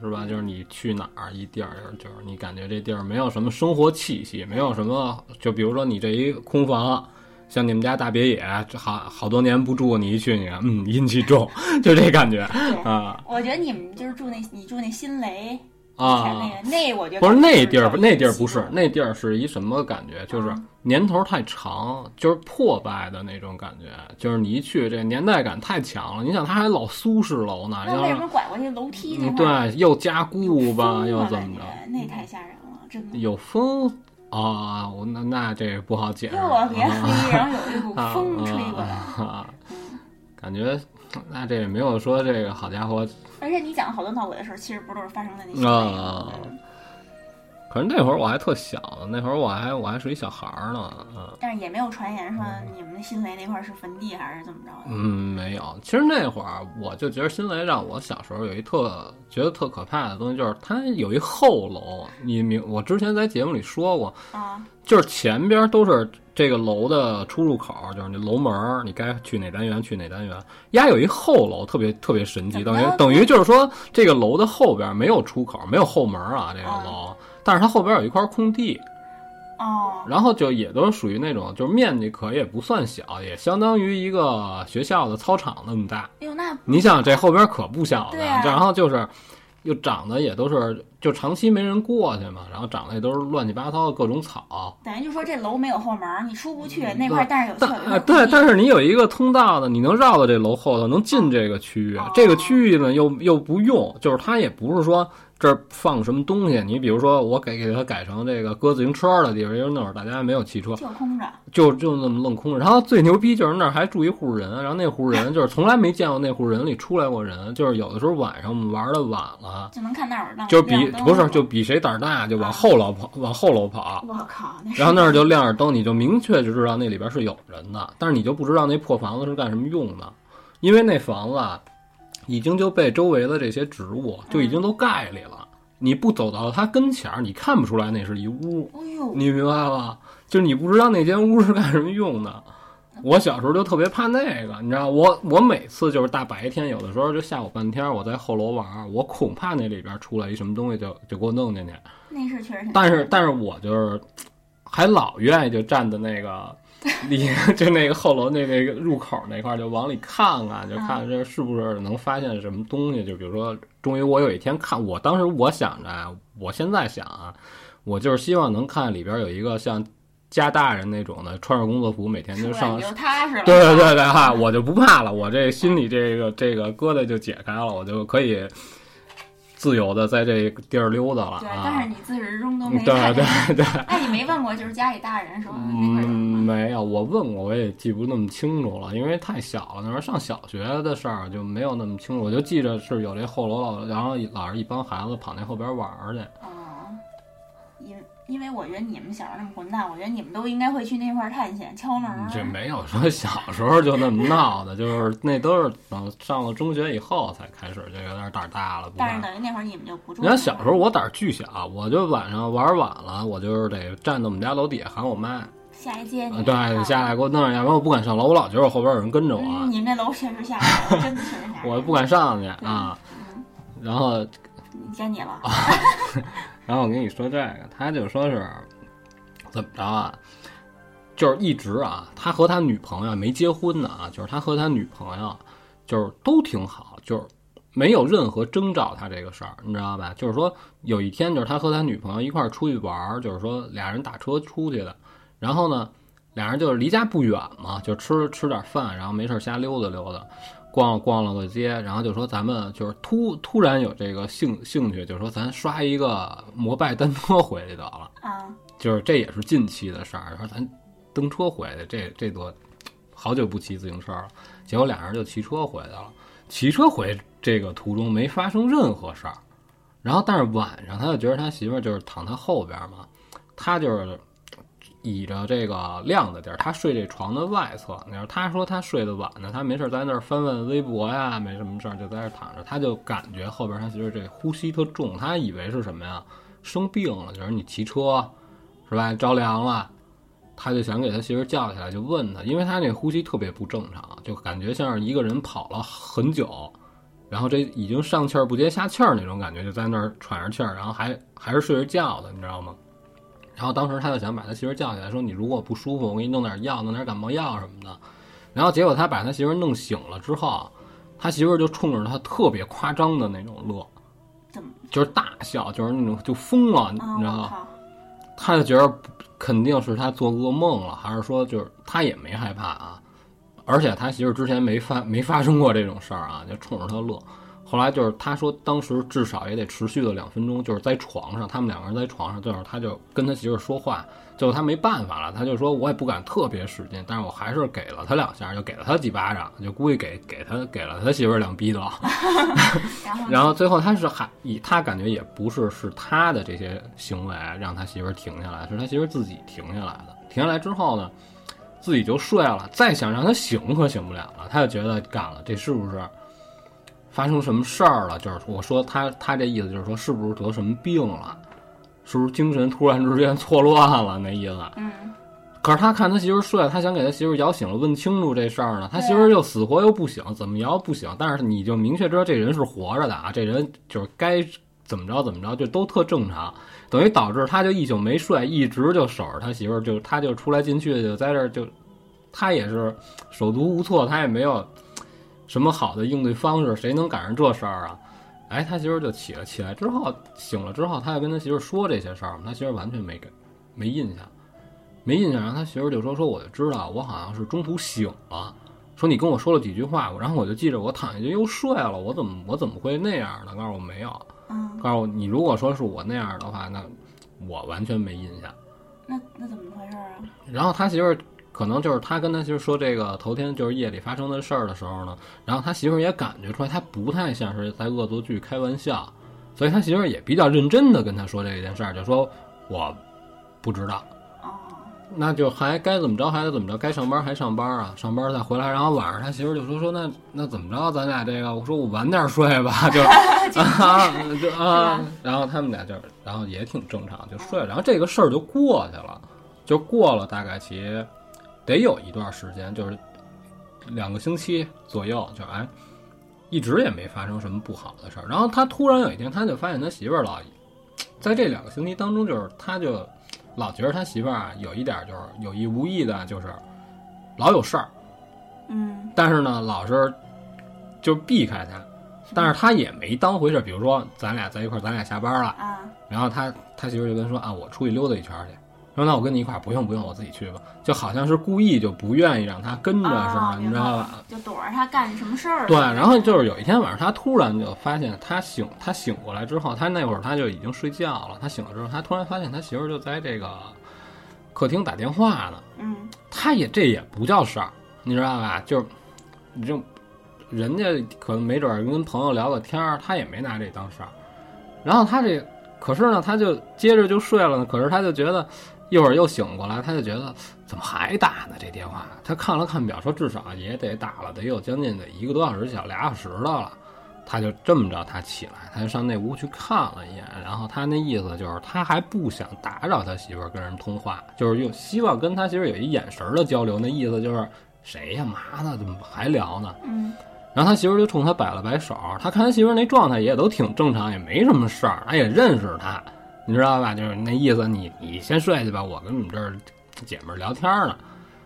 Speaker 1: 是
Speaker 2: 嗯
Speaker 1: 吧？就是你去哪儿一地儿，就是你感觉这地儿没有什么生活气息，没有什么，就比如说你这一空房。像你们家大别野，这好好多年不住，你一去你看，嗯，阴气重，就这感觉
Speaker 2: 对
Speaker 1: 啊
Speaker 2: 我觉得你们就是住那，你住那新雷，才
Speaker 1: 啊，
Speaker 2: 那个那我就
Speaker 1: 不是
Speaker 2: 感觉
Speaker 1: 那地儿，
Speaker 2: 就是
Speaker 1: 那地儿不
Speaker 2: 习
Speaker 1: 是
Speaker 2: 惯
Speaker 1: 那地儿是一什么感觉？就是
Speaker 2: 啊
Speaker 1: 年头太长，就是破败的那种感觉，就是你一去这年代感太强了。你想，它还老苏式楼呢，
Speaker 2: 那
Speaker 1: 啊要
Speaker 2: 为
Speaker 1: 是
Speaker 2: 什么拐过去楼梯那
Speaker 1: 嗯
Speaker 2: 块儿
Speaker 1: 对，又加固
Speaker 2: 有
Speaker 1: 吧，
Speaker 2: 风
Speaker 1: 又
Speaker 2: 啊
Speaker 1: 怎
Speaker 2: 感
Speaker 1: 么
Speaker 2: 觉
Speaker 1: 着？
Speaker 2: 那太吓人了，真的。
Speaker 1: 有风啊，我那那这个不好解释
Speaker 2: 又往别
Speaker 1: 啊
Speaker 2: 黑，然后有一股
Speaker 1: 啊
Speaker 2: 风吹过来，
Speaker 1: 啊啊感觉那这也没有说这个好家伙，
Speaker 2: 而且你讲好多闹鬼的事儿，其实不都是发生在那些
Speaker 1: 啊
Speaker 2: 嗯
Speaker 1: 可是那会儿我还特小，那会儿我还我还是一小孩儿呢，嗯。
Speaker 2: 但是也没有传言说你们新雷那块儿是坟地还是怎么着的。
Speaker 1: 嗯，没有。其实那会儿我就觉得新雷让我小时候有一特觉得特可怕的东西，就是它有一后楼。你明，我之前在节目里说过，
Speaker 2: 啊，
Speaker 1: 就是前边都是这个楼的出入口，就是你楼门儿，你该去哪单元去哪单元。丫有一后楼，特别特别神奇，
Speaker 2: 怎
Speaker 1: 等
Speaker 2: 么
Speaker 1: 于
Speaker 2: 着
Speaker 1: 等于就是说，这个楼的后边没有出口，没有后门啊，这个
Speaker 2: 啊
Speaker 1: 楼，但是它后边有一块空地，
Speaker 2: 哦，
Speaker 1: 然后就也都属于那种，就是面积可也不算小，也相当于一个学校的操场那么大。
Speaker 2: 哎呦，那
Speaker 1: 你想这后边可不小的，
Speaker 2: 对啊
Speaker 1: 然后就是又长得也都是就长期没人过去嘛，然后长得也都是乱七八糟的各种草。
Speaker 2: 等于就说这楼没有后门儿，你出不去那块儿，但是有
Speaker 1: 但
Speaker 2: 有一
Speaker 1: 哎
Speaker 2: 个
Speaker 1: 对，
Speaker 2: 空地
Speaker 1: 但是你有一个通道呢，你能绕到这楼后头，能进这个区域。
Speaker 2: 哦
Speaker 1: 这个区域呢又又不用，就是它也不是说这儿放什么东西。你比如说我给给它改成这个搁自行车的地方，因为那会儿大家没有汽车，
Speaker 2: 就空着，
Speaker 1: 就就那么愣空着。然后最牛逼就是那儿还住一户人，啊然后那户人就是从来没见过那户人里出来过人，就是有的时候晚上我们玩的晚了，
Speaker 2: 就能看那儿有亮
Speaker 1: 就比
Speaker 2: 亮灯
Speaker 1: 不是就比谁胆儿大，就往后楼跑，往后楼跑。
Speaker 2: 我靠，那是
Speaker 1: 然后那儿就亮着灯，你就明确就知道那里边是有人的，但是你就不知道那破房子是干什么用的，因为那房子啊已经就被周围的这些植物就已经都盖里了，你不走到它跟前儿，你看不出来那是一屋。
Speaker 2: 哎呦，
Speaker 1: 你明白吧？就是你不知道那间屋是干什么用的。我小时候就特别怕那个，你知道，我我每次就是大白天，有的时候就下午半天，我在后楼玩儿，我恐怕那里边出来一什么东西就就给我弄进去。
Speaker 2: 那是确实挺，
Speaker 1: 但是但是我就是还老愿意就站在那 个里，就那个后楼那那个入口那块儿，就往里看看，就看这是不是能发现什么东西。就比如说，终于我有一天看，我当时我想着啊，我现在想啊，我就是希望能看里边有一个像家大人那种的，穿着工作服，每天
Speaker 2: 出
Speaker 1: 就
Speaker 2: 来
Speaker 1: 上
Speaker 2: 你就踏实了，
Speaker 1: 对对对对哈，我就不怕了，我这心里这个这个疙瘩就解开了，我就可以自由的在这地儿溜达了
Speaker 2: 对，但
Speaker 1: 啊
Speaker 2: 是。你自始至终都
Speaker 1: 嗯
Speaker 2: 没
Speaker 1: 对
Speaker 2: 看见。
Speaker 1: 对对，
Speaker 2: 哎，你没问过，就是家里大人说那块儿
Speaker 1: 嗯，
Speaker 2: 有
Speaker 1: 没有，我问过，我也记不那么清楚了，因为太小了，那时候上小学的事儿就没有那么清楚，我就记着是有这后楼老，然后老是一帮孩子跑那后边玩儿去。
Speaker 2: 哦，因因为我觉得你们小时候那么混蛋，我觉得你们都应该会去那块儿探险、敲门儿。
Speaker 1: 嗯这没有说小时候就那么闹的，就是那都是等上了中学以后才开始就有点胆儿大了，不
Speaker 2: 但是
Speaker 1: 敢
Speaker 2: 等于那会儿你们就不住
Speaker 1: 你
Speaker 2: 那
Speaker 1: 看
Speaker 2: 儿。
Speaker 1: 小时候我胆儿巨小，我就晚上玩晚了，我就是得站在我们家楼底下喊我妈，
Speaker 2: 下一接
Speaker 1: 呃
Speaker 2: 你，
Speaker 1: 对，你下
Speaker 2: 来。
Speaker 1: 来给我弄上去，要不然我不敢上楼，我老觉得我后边有人跟着我，啊
Speaker 2: 嗯，你们那楼确实吓人，真的确实吓人。
Speaker 1: 我不敢上去啊。然后，
Speaker 2: 你该你
Speaker 1: 啊
Speaker 2: 了，
Speaker 1: 然后我跟你说这个，他就说是怎么着啊？就是一直啊，他和他女朋友没结婚呢啊，就是他和他女朋友就是都挺好，就是没有任何征兆他这个事儿，你知道吧？就是说有一天，就是他和他女朋友一块儿出去玩儿，就是说俩人打车出去的，然后呢，俩人就是离家不远嘛，就吃吃点饭，然后没事儿瞎溜达溜达。逛逛了个街，然后就说咱们就是突突然有这个兴兴趣，就说咱刷一个摩拜单车回去得了。
Speaker 2: 啊，
Speaker 1: 就是这也是近期的事儿。说咱蹬车回去，这这多好久不骑自行车了。结果俩人就骑车回来了。骑车回这个途中没发生任何事儿。然后，但是晚上他就觉得他媳妇儿就是躺他后边嘛，他就是倚着这个亮的地儿，他睡这床的外侧。你说他说他睡得晚呢，他没事儿在那儿翻翻微博呀，没什么事儿就在那儿躺着，他就感觉后边他媳妇儿这呼吸特重，他以为是什么呀？生病了，就是你骑车是吧？着凉了，他就想给他媳妇儿叫起来，就问他，因为他那呼吸特别不正常，就感觉像是一个人跑了很久，然后这已经上气儿不接下气儿那种感觉，就在那儿喘着气儿，然后还还是睡着觉的，你知道吗？然后当时他就想把他媳妇儿叫起来，说你如果不舒服，我给你弄点药，弄点感冒药什么的。然后结果他把他媳妇儿弄醒了之后，他媳妇儿就冲着他特别夸张的那种乐，
Speaker 2: 怎么？
Speaker 1: 就是大笑，就是那种就疯了，你
Speaker 2: 啊，
Speaker 1: 知道
Speaker 2: 我
Speaker 1: 吗？
Speaker 2: 靠！
Speaker 1: 他就觉得肯定是他做噩梦了，还是说就是他也没害怕啊？而且他媳妇儿之前没发没发生过这种事儿啊，就冲着他乐。后来就是他说，当时至少也得持续了两分钟，就是在床上，他们两个人在床上，最后他就跟他媳妇儿说话，最后他没办法了，他就说我也不敢特别使劲，但是我还是给了他两下，就给了他几巴掌，就估计给给他给了他媳妇儿两逼的。啊
Speaker 2: 然后呢
Speaker 1: 然后最后他是还以他感觉也不是是他的这些行为让他媳妇儿停下来，是他媳妇儿自己停下来的。停下来之后呢，自己就睡了，再想让他醒可醒不了了，他就觉得干了，这是不是发生什么事儿了？就是我说他他这意思就是说是不是得什么病了，是不是精神突然之间错乱了那意思？
Speaker 2: 嗯，
Speaker 1: 可是他看他媳妇儿睡了，他想给他媳妇儿摇醒了，问清楚这事儿呢。他
Speaker 2: 对啊
Speaker 1: 媳妇儿又死活又不醒，怎么摇不醒？但是你就明确知道这人是活着的啊，这人就是该怎么着怎么着，就都特正常。等于导致他就一宿没睡，一直就守着他媳妇儿，就他就出来进去，就在这儿就，他也是手足无措，他也没有什么好的应对方式，谁能赶上这事儿啊？哎，他媳妇儿就起了，起来之后醒了之后，他就跟他媳妇儿说这些事儿嘛，他媳妇儿完全没给没印象。没印象，然后他媳妇儿就说：“说我就知道，我好像是中途醒了，说你跟我说了几句话，然后我就记着我躺下就又睡了，我怎么我怎么会那样呢？告诉我没有，
Speaker 2: 嗯，
Speaker 1: 告诉我你如果说是我那样的话，那我完全没印象。
Speaker 2: 那那怎么回事儿啊？
Speaker 1: 然后他媳妇儿可能就是他跟他媳妇儿说这个头天就是夜里发生的事儿的时候呢，然后他媳妇儿也感觉出来他不太像是在恶作剧开玩笑，所以他媳妇儿也比较认真的跟他说这件事儿，就说我不知道。”
Speaker 2: 哦，
Speaker 1: 那就还该怎么着还得怎么着，该上班还上班啊，上班再回来，然后晚上他媳妇儿就说说那那怎么着，咱俩这个，我说我晚点睡吧，就啊就啊，然后他们俩就然后也挺正常就睡了，然后这个事儿就过去了，就过了大概其得有一段时间，就是两个星期左右，就哎一直也没发生什么不好的事儿，然后他突然有一天他就发现他媳妇儿老在这两个星期当中，就是他就老觉得他媳妇儿啊有一点儿就是有意无意的，就是老有事儿，
Speaker 2: 嗯，
Speaker 1: 但是呢老是就避开他，但是他也没当回事儿。比如说咱俩在一块儿，咱俩下班了，
Speaker 2: 啊，
Speaker 1: 然后他他媳妇儿就跟说啊，我出去溜达一圈儿去。说那我跟你一块儿，不用不用，我自己去吧。就好像是故意就不愿意让他跟着似
Speaker 2: 啊
Speaker 1: 的，你知道吧？？
Speaker 2: 明白了就躲着他干什么事儿？
Speaker 1: 对，然后就是有一天晚上，他突然就发现他醒，他醒过来之后，他那会儿他就已经睡觉了。他醒了之后，他突然发现他媳妇儿就在这个客厅打电话呢。
Speaker 2: 嗯，
Speaker 1: 他也这也不叫事儿，你知道吧？就是你就人家可能没准儿跟朋友聊个天儿，他也没拿这当事儿。然后他这可是呢，他就接着就睡了呢。可是他就觉得一会儿又醒过来，他就觉得怎么还打呢？这电话，他看了看表，说至少也得打了得有将近得一个多小时，小俩小时的了。他就这么着，他起来，他就上那屋去看了一眼，然后他那意思就是他还不想打扰他媳妇儿跟人通话，就是用希望跟他媳妇儿有一眼神儿的交流，那意思就是谁呀妈的怎么还聊呢？
Speaker 2: 嗯，
Speaker 1: 然后他媳妇儿就冲他摆了摆手，他看他媳妇儿那状态也都挺正常，也没什么事儿，他也认识他，你知道吧？就是那意思你，你先睡去吧，我跟你们这儿姐们儿聊天呢。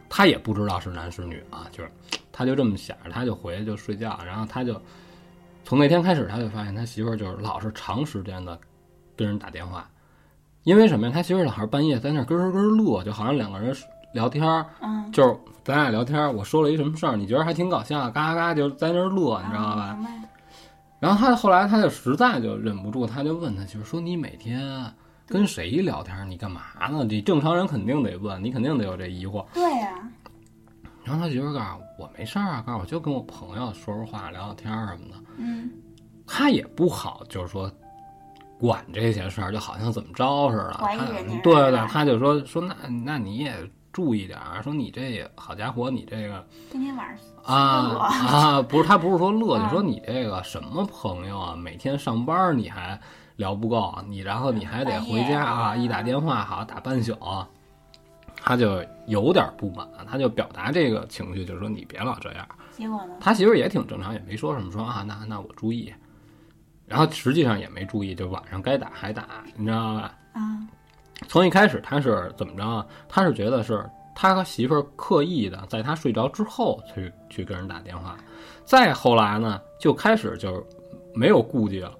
Speaker 1: 他也不知道是男是女啊，就是他就这么想着，他就回去就睡觉，然后他就从那天开始，他就发现他媳妇儿就是老是长时间的跟人打电话，因为什么呀？他媳妇儿老是半夜在那儿咯咯咯乐，就好像两个人聊天儿，
Speaker 2: 嗯，
Speaker 1: 就是咱俩聊天儿，我说了一什么事儿，你觉得还挺搞笑，嘎嘎嘎就在那儿乐，你知道吧？
Speaker 2: 啊？明白
Speaker 1: 然后他后来他就实在就忍不住，他就问他媳妇儿说：“你每天跟谁聊天儿？你干嘛呢？你正常人肯定得问，你肯定得有这疑惑。
Speaker 2: 对啊呀，”
Speaker 1: 然后他媳妇儿告诉我：“我没事儿啊，告诉我就跟我朋友说说话、聊聊天儿什么的。”
Speaker 2: 嗯，
Speaker 1: 他也不好，就是说管这些事儿，就好像怎么着似的。
Speaker 2: 怀疑
Speaker 1: 他
Speaker 2: 人家
Speaker 1: 对
Speaker 2: 是
Speaker 1: 对
Speaker 2: 吧
Speaker 1: 对，他就说说那那你也注意点儿，说你这也好家伙，你这个
Speaker 2: 天天晚上
Speaker 1: 啊啊，不是他不是说乐，
Speaker 2: 啊
Speaker 1: 你说你这个什么朋友啊，每天上班儿你还聊不够，你然后你还得回
Speaker 2: 半夜
Speaker 1: 家
Speaker 2: 啊
Speaker 1: 啊，一打电话好打半宿，他就有点不满，他就表达这个情绪，就说你别老这样。
Speaker 2: 结果呢？
Speaker 1: 他媳妇儿也挺正常，也没说什么说啊，那那我注意。然后实际上也没注意，就晚上该打还打，你知道吧？
Speaker 2: 啊，
Speaker 1: 从一开始他是怎么着啊？他是觉得是他和媳妇儿刻意的，在他睡着之后去去跟人打电话。再后来呢，就开始就是没有顾忌了，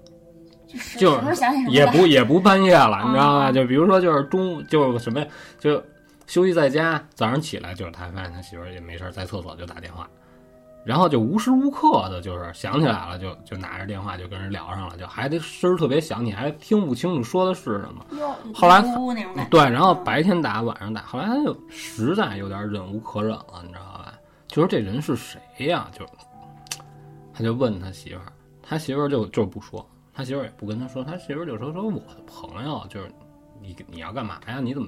Speaker 2: 就是
Speaker 1: 就是
Speaker 2: 什么时候想起什么
Speaker 1: 也
Speaker 2: 来
Speaker 1: 不也不半夜了，你知道吧？
Speaker 2: 啊
Speaker 1: 就比如说就是中就是什么呀，就休息在家，早上起来就是他发现他媳妇儿也没事儿，在厕所就打电话，然后就无时无刻的就是想起来了就就拿着电话就跟人聊上了，就还得声儿特别响，你还听不清楚说的是什么。
Speaker 2: 哟，
Speaker 1: 后来
Speaker 2: 呜呜那种感觉。
Speaker 1: 对，然后
Speaker 2: 嗯
Speaker 1: 白天打，晚上打，后来他就实在有点忍无可忍了，你知道吧？就说这人是谁呀？就他就问他媳妇儿，他媳妇儿就就不说，他媳妇儿也不跟他说，他媳妇儿就说说我的朋友，就是你你要干嘛呀？你怎么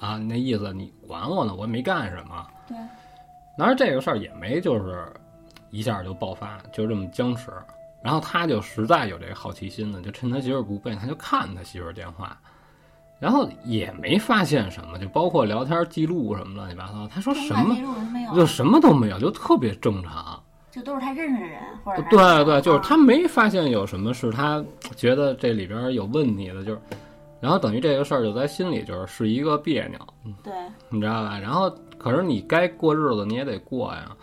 Speaker 1: 啊？那意思你管我呢？我也没干什么。
Speaker 2: 对，
Speaker 1: 当然这个事儿也没就是一下就爆发，就这么僵持。然后他就实在有这个好奇心了，就趁他媳妇儿不备，他就看他媳妇儿电话，然后也没发现什么，就包括聊天记录什么乱七八糟，他说
Speaker 2: 通
Speaker 1: 什
Speaker 2: 话
Speaker 1: 么
Speaker 2: 记录都没有，啊
Speaker 1: 就什么都没有，就特别正常。
Speaker 2: 就都是他认识的人或者他
Speaker 1: 对对，就是他
Speaker 2: 啊
Speaker 1: 没发现有什么是他觉得这里边有问题的，就是，然后等于这个事儿就在心里就是是一个别扭，
Speaker 2: 对，
Speaker 1: 你知道吧？然后可是你该过日子你也得过呀。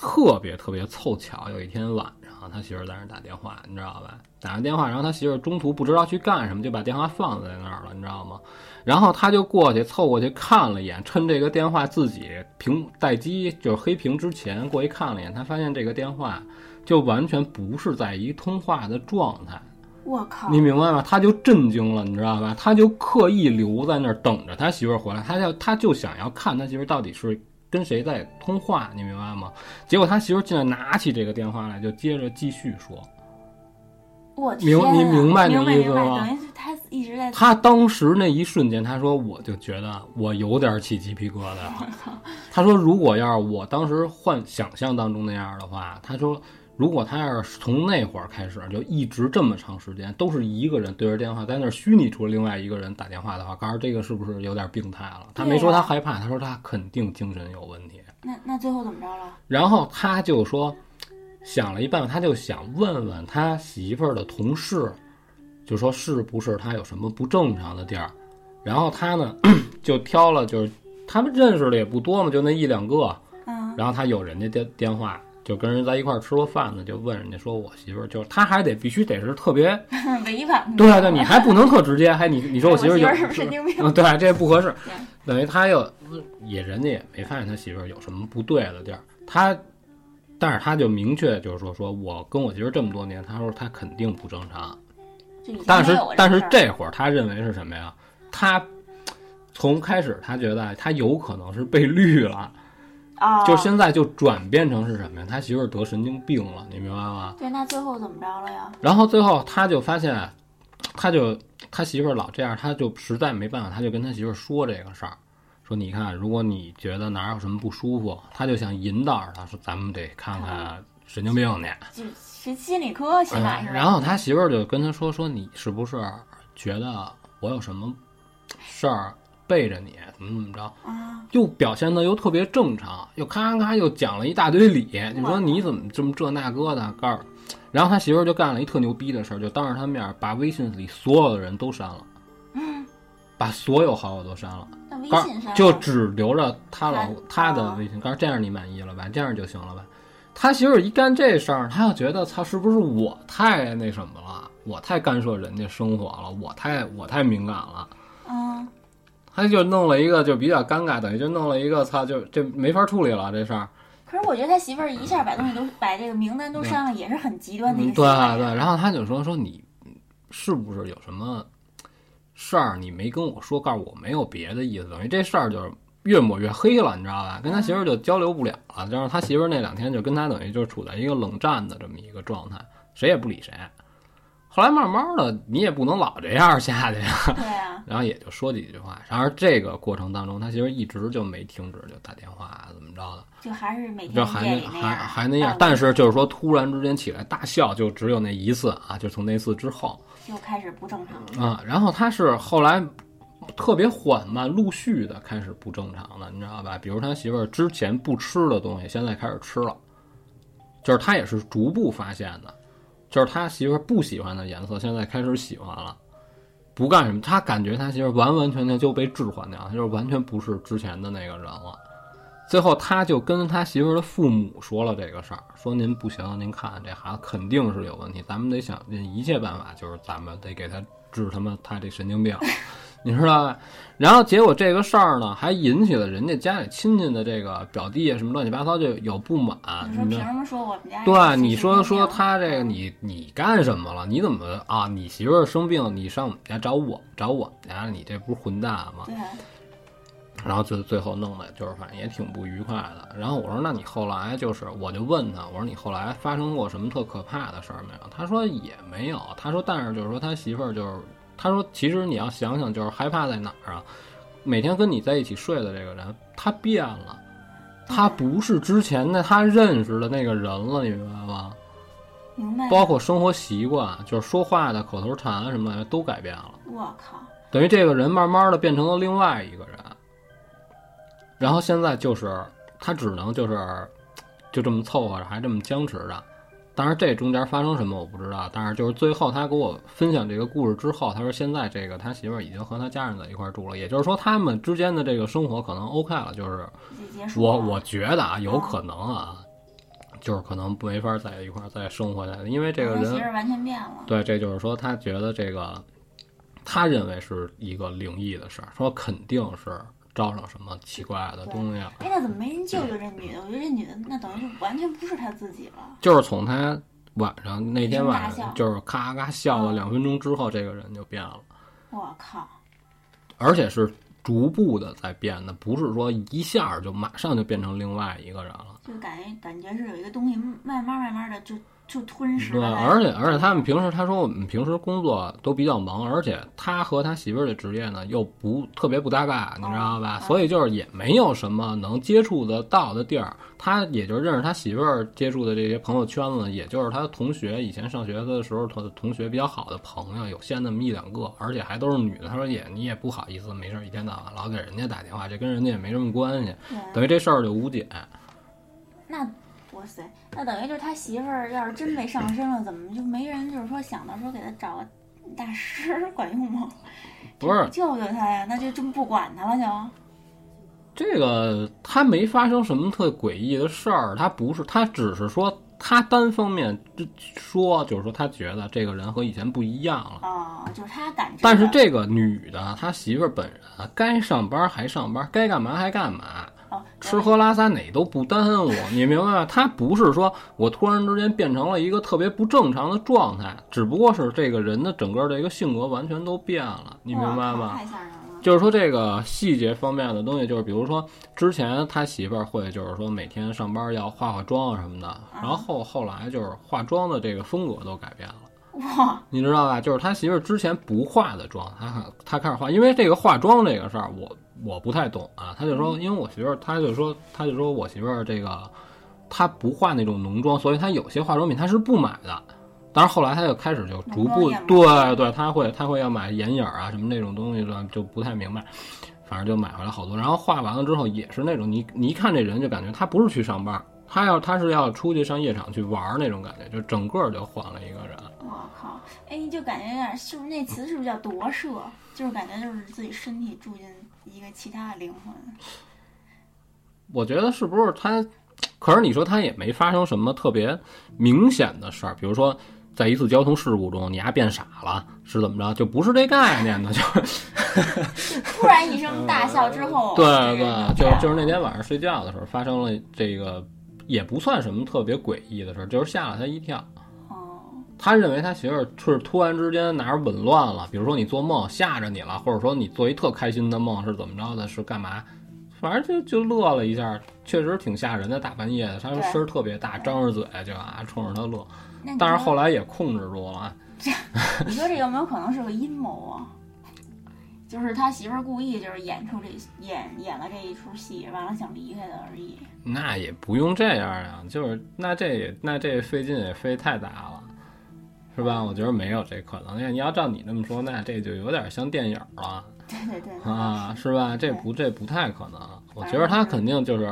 Speaker 1: 特别特别凑巧，有一天晚上他媳妇儿在那儿打电话，你知道吧？打完电话，然后他媳妇儿中途不知道去干什么，就把电话放在那儿了，你知道吗？然后他就过去凑过去看了一眼，趁这个电话自己屏待机就是黑屏之前过去看了一眼，他发现这个电话就完全不是在一通话的状态。
Speaker 2: 我靠，
Speaker 1: 你明白吗？他就震惊了，你知道吧？他就刻意留在那儿等着他媳妇儿回来，他要他就想要看他媳妇儿到底是跟谁在通话，你明白吗？结果他媳妇儿进来拿起这个电话来，就接着继续说。
Speaker 2: 我
Speaker 1: 明
Speaker 2: 天啊，
Speaker 1: 你明白
Speaker 2: 明
Speaker 1: 那意思
Speaker 2: 明白
Speaker 1: 吗
Speaker 2: 等于是他一直在
Speaker 1: 他当时那一瞬间，他说我就觉得我有点起鸡皮疙瘩了。他说如果要是我当时幻想象当中那样的话，他说如果他要是从那会儿开始就一直这么长时间都是一个人对着电话，在那儿虚拟出另外一个人打电话的话，告诉这个是不是有点病态了？他没说他害怕，他说他肯定精神有问题。
Speaker 2: 那那最后怎么着了？
Speaker 1: 然后他就说，想了一办法，他就想问问他媳妇儿的同事，就说是不是他有什么不正常的地儿。然后他呢，就挑了，就是他们认识的也不多嘛，就那一两个。
Speaker 2: 嗯，
Speaker 1: 然后他有人家电电话，就跟人在一块儿吃过饭呢，就问人家说，我媳妇儿就是他还得必须得是特别，
Speaker 2: 违反
Speaker 1: 对啊对，你还不能特直接，还你你说
Speaker 2: 我
Speaker 1: 我媳妇儿有
Speaker 2: 是不是神经病？
Speaker 1: 嗯，对，这不合适
Speaker 2: 对。
Speaker 1: 等于他又也人家也没发现他媳妇儿有什么不对的地儿，他，但是他就明确就是说，说我跟我媳妇儿这么多年，他说他肯定不正常。
Speaker 2: 就已经
Speaker 1: 但
Speaker 2: 没
Speaker 1: 是
Speaker 2: 有
Speaker 1: 但是
Speaker 2: 事儿
Speaker 1: 这会儿他认为是什么呀？他从开始他觉得他有可能是被绿了，
Speaker 2: 啊，
Speaker 1: 就现在就转变成是什么呀？他媳妇儿得神经病了，你明白吗？
Speaker 2: 对，那最后怎么着了呀？
Speaker 1: 然后最后他就发现，啊他就他媳妇儿老这样，他就实在没办法，他就跟他媳妇儿说这个事儿，说你看，如果你觉得哪儿有什么不舒服，他就想引导着他说，咱们得看看神经病去。
Speaker 2: 就学心理科嗯起码
Speaker 1: 嗯
Speaker 2: 是吧？
Speaker 1: 然后他媳妇儿就跟他说，说你是不是觉得我有什么事儿背着你，怎么怎么着？
Speaker 2: 啊，
Speaker 1: 又表现的又特别正常，又咔咔咔又讲了一大堆理，你说
Speaker 2: 哇
Speaker 1: 你怎么这么这那个的？告诉，然后他媳妇儿就干了一特牛逼的事儿，就当着他面儿把微信里所有的人都删了，把所有好友都删了，
Speaker 2: 那微
Speaker 1: 告
Speaker 2: 信上
Speaker 1: 就只留着他老他
Speaker 2: 他
Speaker 1: 的微信，告诉这样你满意了吧？这样就行了吧？他媳妇儿一干这事儿，他就觉得操，是不是我太那什么了？我太干涉人家生活了，我太我太敏感了。
Speaker 2: 嗯，
Speaker 1: 他就弄了一个就比较尴尬，等于就弄了一个操，就这没法处理了这事儿。
Speaker 2: 可是我觉得他媳妇儿一下把东西都把这个名单都删了，也是很极端的一
Speaker 1: 嗯，
Speaker 2: 个
Speaker 1: 对
Speaker 2: 行为
Speaker 1: 对。然后他就说说你是不是有什么事儿你没跟我说，告诉我没有别的意思，等于这事儿就是越抹越黑了，你知道吧？跟他媳妇儿就交流不了了。然后他媳妇儿那两天就跟他等于就处在一个冷战的这么一个状态，谁也不理谁。后来慢慢的，你也不能老这样下去呀。
Speaker 2: 对啊，
Speaker 1: 然后也就说几句话。然而这个过程当中，他媳妇儿一直就没停止，就打电话啊怎么着的，
Speaker 2: 就还是每
Speaker 1: 就
Speaker 2: 天
Speaker 1: 还
Speaker 2: 夜
Speaker 1: 那
Speaker 2: 里
Speaker 1: 还
Speaker 2: 样，嗯
Speaker 1: 还那样。
Speaker 2: 半
Speaker 1: 但是就是说，突然之间起来大笑，就只有那一次啊，就从那次之后
Speaker 2: 就开始不正常了。
Speaker 1: 啊。然后他是后来特别缓慢、陆续的开始不正常了，你知道吧？比如他媳妇儿之前不吃的东西，现在开始吃了，就是他也是逐步发现的，就是他媳妇儿不喜欢的颜色，现在开始喜欢了。不干什么，他感觉他媳妇儿完完全全就被置换掉了，他就是完全不是之前的那个人了。最后他就跟他媳妇儿的父母说了这个事儿，说您不行，您看这孩子肯定是有问题，咱们得想尽一切办法，就是咱们得给他治他妈他这神经 病，你知道吧？然后结果这个事儿呢，还引起了人家家里亲戚的这个表弟啊什么乱七八糟就有不满，
Speaker 2: 你说凭什么说我们家？
Speaker 1: 啊对，啊你说说他这个，你你干什么了？你怎么啊？你媳妇儿生病，你上我们家找我找我们家，你这不是混蛋吗？
Speaker 2: 对，啊
Speaker 1: 然后最最后弄的就是反正也挺不愉快的。然后我说那你后来就是，我就问他，我说你后来发生过什么特可怕的事儿没有？他说也没有。他说但是就是说他媳妇儿就是，他说其实你要想想就是害怕在哪儿啊？每天跟你在一起睡的这个人他变了，他不是之前的他认识的那个人了，你明白吗？
Speaker 2: 明白。
Speaker 1: 包括生活习惯，就是说话的口头禅什么的都改变了，
Speaker 2: 我靠，
Speaker 1: 等于这个人慢慢的变成了另外一个人。然后现在就是他只能就是就这么凑合着，还这么僵持着。当然这中间发生什么我不知道，但是就是最后他给我分享这个故事之后，他说现在这个他媳妇儿已经和他家人在一块儿住了，也就是说他们之间的这个生活可能 OK 了，就是
Speaker 2: 已经结束了。
Speaker 1: 我我觉得啊，
Speaker 2: 嗯
Speaker 1: 有可能啊，就是可能没法在一块儿再生活下去，因为这个
Speaker 2: 我媳妇
Speaker 1: 人
Speaker 2: 儿完全变了。
Speaker 1: 对，这就是说他觉得这个他认为是一个灵异的事儿，说肯定是招上什么奇怪的东西了。
Speaker 2: 哎，那怎么没人救救这女的？我觉得这女的那等于就完全不是她自己了。
Speaker 1: 就是从他晚上那天晚
Speaker 2: 一声大
Speaker 1: 上
Speaker 2: 笑嗯
Speaker 1: 就是咔咔笑了两分钟之后，这个人就变了，
Speaker 2: 我靠，
Speaker 1: 而且是逐步的在变的，不是说一下就马上就变成另外一个人了。
Speaker 2: 就感觉感觉是有一个东西慢慢慢慢的就就吞噬
Speaker 1: 对，
Speaker 2: 了她。
Speaker 1: 而且而且他们平时他说我们平时工作都比较忙，而且他和他媳妇儿的职业呢又不特别不搭嘎，你知道吧？
Speaker 2: 哦
Speaker 1: 所以就是也没有什么能接触得到的地儿，他也就认识他媳妇儿接触的这些朋友圈子，也就是他同学以前上学的时候同同学比较好的朋友，有限那么一两个，而且还都是女的。他说也你也不好意思，没事儿一天到晚老给人家打电话，这跟人家也没什么关系，
Speaker 2: 对，
Speaker 1: 等于这事儿就无解。
Speaker 2: 那哇塞，那等于就是他媳妇儿要是真被上身了，怎么就没人就是说想到说给他找个大师管用吗？
Speaker 1: 不是
Speaker 2: 救救他呀？那就真不管他了就。
Speaker 1: 这个他没发生什么特诡异的事儿，他不是，他只是说他单方面就说，就是说他觉得这个人和以前不一样了。
Speaker 2: 哦，就是他感知。
Speaker 1: 但是这个女的，她媳妇儿本人啊该上班还上班，该干嘛还干嘛，
Speaker 2: 哦，
Speaker 1: 吃喝拉撒哪都不耽误，你明白吗？她不是说我突然之间变成了一个特别不正常的状态，只不过是这个人的整个的一个性格完全都变了，你明白
Speaker 2: 哇
Speaker 1: 吗
Speaker 2: 靠？太吓人了。
Speaker 1: 就是说这个细节方面的东西，就是比如说之前他媳妇儿会就是说每天上班要化化妆啊什么的，然后后来就是化妆的这个风格都改变了。
Speaker 2: 哇，
Speaker 1: 你知道吧？就是他媳妇儿之前不化的妆，他他开始化，因为这个化妆这个事儿，我我不太懂啊。他就说，因为我媳妇儿，他就说，他就说我媳妇儿这个，她不化那种浓妆，所以她有些化妆品她是不买的。但是后来她就开始就逐步
Speaker 2: 浓妆艳，抹
Speaker 1: 对对，她会她会要买眼影儿啊什么那种东西的，就不太明白。反正就买回来好多，然后化完了之后也是那种你你一看这人就感觉他不是去上班，他要他是要出去上夜场去玩儿那种感觉，就整个就换了一个人。
Speaker 2: 我靠，哎，就感觉有点，是不是那词是不是叫夺舍？就是感觉就是自己身体住进一个其他的灵魂。
Speaker 1: 我觉得是不是他？可是你说他也没发生什么特别明显的事儿，比如说在一次交通事故中，你丫变傻了是怎么着？就不是这概念的，就是
Speaker 2: 突然一声大笑之 后，
Speaker 1: 对
Speaker 2: 啊这
Speaker 1: 对就
Speaker 2: 人，变了
Speaker 1: 就是那天晚上睡觉的时候发生了这个，也不算什么特别诡异的事儿，就是吓了他一跳。
Speaker 2: 哦，
Speaker 1: 他认为他媳妇儿是突然之间哪儿紊乱了，比如说你做梦吓着你了，或者说你做一特开心的梦是怎么着的，是干嘛？反正就就乐了一下，确实挺吓人的，大半夜的，他说
Speaker 2: 对
Speaker 1: 声儿特别大，张着嘴就啊冲着他乐，
Speaker 2: 那你
Speaker 1: 但是
Speaker 2: 说
Speaker 1: 后来也控制住了啊。
Speaker 2: 你说这有没有可能是个阴谋啊？就是他媳妇儿故意就是演出这演演了这一出戏，完了想离开他而已。
Speaker 1: 那也不用这样呀、就是那这也那这费劲也费太大了，是吧？我觉得没有这可能性。你要照你这么说，那这就有点像电影了。
Speaker 2: 对对对，
Speaker 1: 啊，是吧？这不这不太可能，我觉得
Speaker 2: 反正
Speaker 1: 他
Speaker 2: 是
Speaker 1: 肯定就是，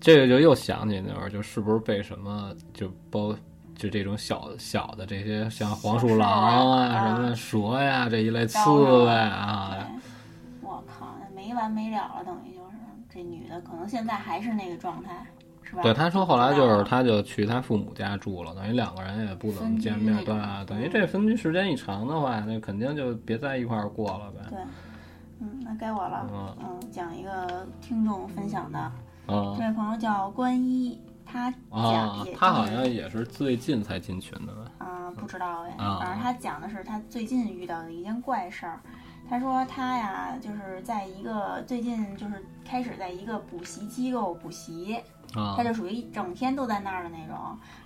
Speaker 1: 这个就又想起那会儿，就是不是被什么就包就这种小小的这些像黄鼠狼
Speaker 2: 小
Speaker 1: 啊、
Speaker 2: 蛇啊
Speaker 1: 什么蛇呀、这一类刺
Speaker 2: 蟑螂
Speaker 1: 猬啊，
Speaker 2: 对我靠，那没完没了了，等于就是这女的可能现在还是那个状态，是吧？
Speaker 1: 对，他说后来就是他就去他父母家住了，等于两个人也不怎么见面
Speaker 2: 分，居
Speaker 1: 对
Speaker 2: 那
Speaker 1: 啊，
Speaker 2: 种
Speaker 1: 等于这分居时间一长的话，那肯定就别在一块儿过了呗。
Speaker 2: 对，嗯，那该我了。
Speaker 1: 嗯
Speaker 2: 嗯，讲一个听众分享的，
Speaker 1: 啊
Speaker 2: 这位朋友叫关一，他讲
Speaker 1: 啊
Speaker 2: 也、就，是
Speaker 1: 他好像也是最近才进群的吧？
Speaker 2: 啊、不知道哎，
Speaker 1: 啊
Speaker 2: 反正他讲的是他最近遇到的一件怪事儿。他说他呀，就是在一个最近就是开始在一个补习机构补习，
Speaker 1: 啊
Speaker 2: 他就属于一整天都在那儿的那种。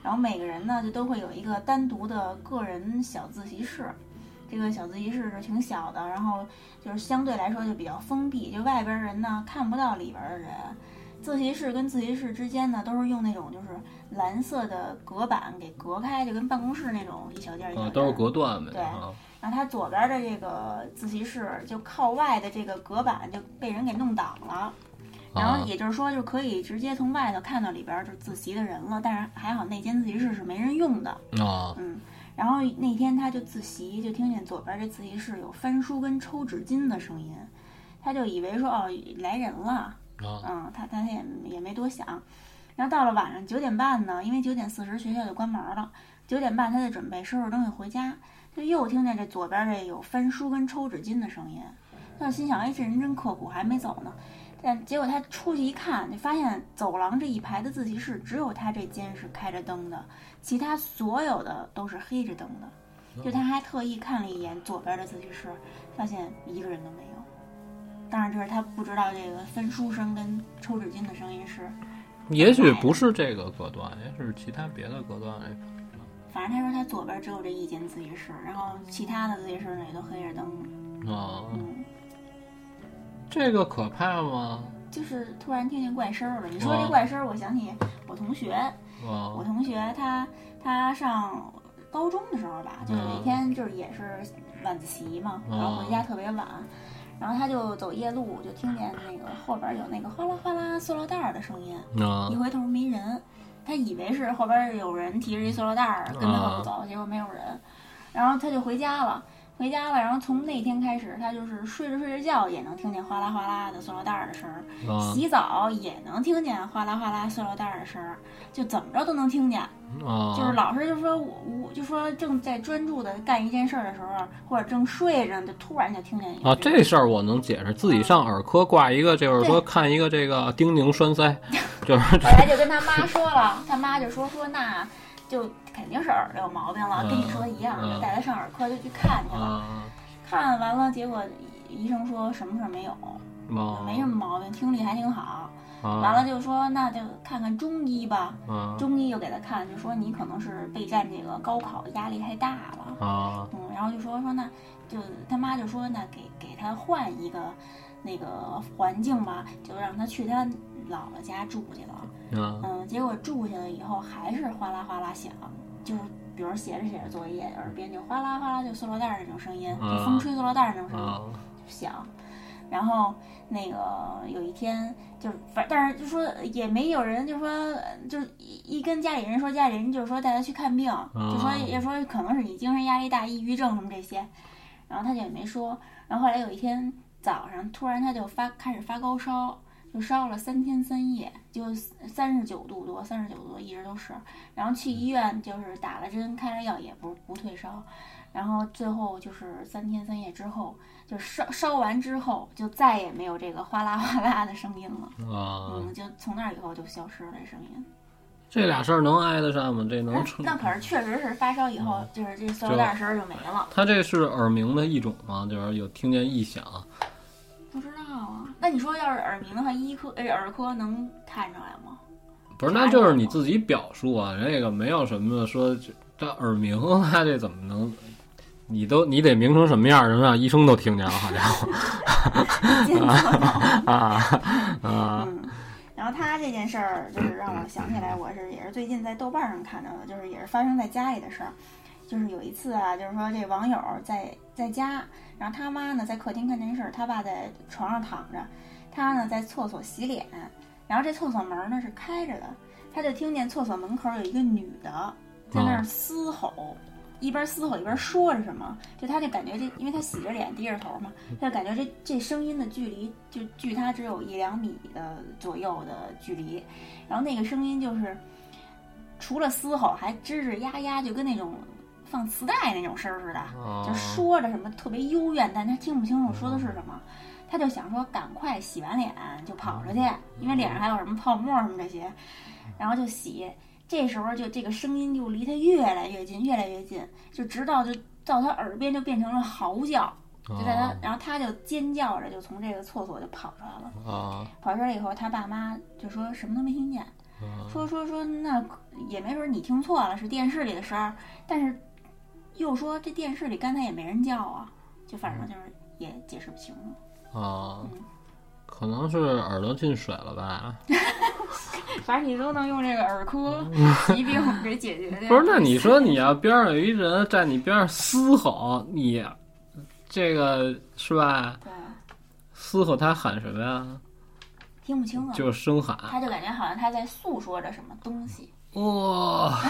Speaker 2: 然后每个人呢，就都会有一个单独的个人小自习室。这个小自习室是挺小的，然后就是相对来说就比较封闭，就外边儿人呢看不到里边儿的人。自习室跟自习室之间呢，都是用那种就是蓝色的隔板给隔开，就跟办公室那种一小间儿一小间
Speaker 1: 啊
Speaker 2: 儿。，
Speaker 1: 都是隔断呗。
Speaker 2: 对
Speaker 1: 啊
Speaker 2: 然后他左边的这个自习室就靠外的这个隔板就被人给弄倒了，然
Speaker 1: 啊
Speaker 2: 后也就是说就可以直接从外头看到里边就是自习的人了，但是还好那间自习室是没人用的，
Speaker 1: 啊
Speaker 2: 嗯。然后那天他就自习，就听见左边这自习室有翻书跟抽纸巾的声音，他就以为说哦来人了，
Speaker 1: 啊
Speaker 2: 嗯，他他也也没多想。然后到了晚上九点半呢，因为九点四十学校就关门了，九点半他就准备收拾东西回家，就又听见这左边这有翻书跟抽纸巾的声音，他就心想，哎，这人真刻苦，还没走呢。但结果他出去一看，就发现走廊这一排的自习室只有他这间是开着灯的，其他所有的都是黑着灯的。就他还特意看了一眼左边的自习室，发现一个人都没有。当然，这是他不知道这个分书声跟抽纸巾的声音是，
Speaker 1: 也许不是这个隔断，也是其他别的隔断。
Speaker 2: 反正他说他左边只有这一间自习室，然后其他的自习室呢也都黑着灯。
Speaker 1: 啊，
Speaker 2: 嗯，
Speaker 1: 这个可怕吗？
Speaker 2: 就是突然听见怪声儿了。你说
Speaker 1: 哦
Speaker 2: 这怪声儿，我想起我同学，
Speaker 1: 啊
Speaker 2: 我同学他他上高中的时候吧，就有一天就是也是晚自习嘛，
Speaker 1: 嗯
Speaker 2: 然后回家特别晚，然后他就走夜路，就听见那个后边有那个哗啦哗啦塑料袋儿的声音，
Speaker 1: 啊
Speaker 2: 一回头没人，他以为是后边有人提着一塑料袋儿跟他
Speaker 1: 啊
Speaker 2: 后头走，结果没有人，然后他就回家了。回家了，然后从那天开始，他就是睡着睡着觉也能听见哗啦哗啦的塑料袋儿的声儿，
Speaker 1: 啊
Speaker 2: 洗澡也能听见哗啦哗啦塑料袋儿的声儿，就怎么着都能听见。
Speaker 1: 啊！
Speaker 2: 就是老师就说我我就说正在专注的干一件事儿的时候，或者正睡着呢，就突然就听见有
Speaker 1: 啊，
Speaker 2: 这个
Speaker 1: 这事儿我能解释，自己上耳科挂一个，就是说看一个这个丁宁栓塞， 就是
Speaker 2: 后来就跟他妈说了，他妈就说说那就肯定是耳朵有毛病了，
Speaker 1: 嗯
Speaker 2: 跟你说的一样，
Speaker 1: 嗯
Speaker 2: 就带他上耳科就去看去了。
Speaker 1: 啊
Speaker 2: 看完了，结果医医生说什么事儿没有，
Speaker 1: 啊，
Speaker 2: 没什么毛病，听力还挺好。
Speaker 1: 啊，
Speaker 2: 完了就说那就看看中医吧，
Speaker 1: 啊
Speaker 2: 中医又给他看，就说你可能是备战这个高考压力太大了。
Speaker 1: 啊
Speaker 2: 嗯，然后就说说那就他妈就说那给给他换一个那个环境吧，就让他去他姥姥家住去了。
Speaker 1: 啊
Speaker 2: 嗯，结果住下了以后还是哗啦哗啦响，就是比如写着写着作业，耳边就哗啦哗啦就塑料袋儿那种声音，就风吹塑料袋儿那种声音
Speaker 1: 啊
Speaker 2: 响。然后那个有一天就是反，但是就说也没有人就说呃就是一一跟家里人说，家里人就说带他去看病，就说也说可能是你精神压力大、抑郁症什么这些，然后他就也没说。然后后来有一天早上，突然他就发开始发高烧，就烧了三天三夜，就三十九度多，三十九度多一直都是。然后去医院就是打了针、开了药，也不不退烧。然后最后就是三天三夜之后，就烧烧完之后，就再也没有这个哗啦哗啦的声音了。
Speaker 1: 啊！
Speaker 2: 嗯，就从那以后就消失了这声音。
Speaker 1: 这俩事儿能挨得嗯上吗？这能
Speaker 2: 那
Speaker 1: 成？
Speaker 2: 那可是确实是发烧以后，就是这塑料袋声儿就没了。
Speaker 1: 他这是耳鸣的一种吗？就是有听见异响
Speaker 2: 不知道啊。那你说要是耳鸣的话，医科呃耳科能看出来吗？
Speaker 1: 不是，那就是你自己表述啊，这个没有什么说这这耳鸣，他这怎么能？你都你得鸣成什么样儿，能让医生都听见了？好家伙
Speaker 2: 见
Speaker 1: 啊！
Speaker 2: 嗯，然后他这件事儿就是让我想起来，我是也是最近在豆瓣上看到的，就是也是发生在家里的事儿。就是有一次啊，就是说这网友在在家，然后他妈呢在客厅看电视，他爸在床上躺着，他呢在厕所洗脸，然后这厕所门呢是开着的，他就听见厕所门口有一个女的在那儿嘶吼，一边嘶吼一边说着什么，就他就感觉这，因为他洗着脸低着头嘛，他就感觉这这声音的距离就距他只有一两米的左右的距离，然后那个声音就是除了嘶吼还吱吱呀呀，就跟那种放磁带那种声儿似的，
Speaker 1: 啊哦
Speaker 2: 就说着什么特别幽怨，但他听不清楚说的是什么。他就想说赶快洗完脸就跑出去，因为脸上还有什么泡沫什么这些，然后就洗。这时候就这个声音就离他越来越近，越来越近，就直到就到他耳边就变成了嚎叫，就在
Speaker 1: 啊哦
Speaker 2: 他，然后他就尖叫着就从这个厕所就跑出来了。
Speaker 1: 啊
Speaker 2: 跑出来以后，他爸妈就说什么都没听见，
Speaker 1: 啊
Speaker 2: 说说说那也没准你听错了，是电视里的声儿，但是又说这电视里刚才也没人叫啊，就反
Speaker 1: 嗯
Speaker 2: 正就是也解释不清楚。
Speaker 1: 啊！可能是耳朵进水了吧？
Speaker 2: 反正你都能用这个耳科疾病给解决掉。
Speaker 1: 嗯啊不是，那你说你要边上有一人站你边上嘶吼，你这个是吧？
Speaker 2: 对，
Speaker 1: 嘶吼他喊什么呀？
Speaker 2: 听不清了，
Speaker 1: 就是声喊，
Speaker 2: 他就感觉好像他在诉说着什么 东西
Speaker 1: 哇、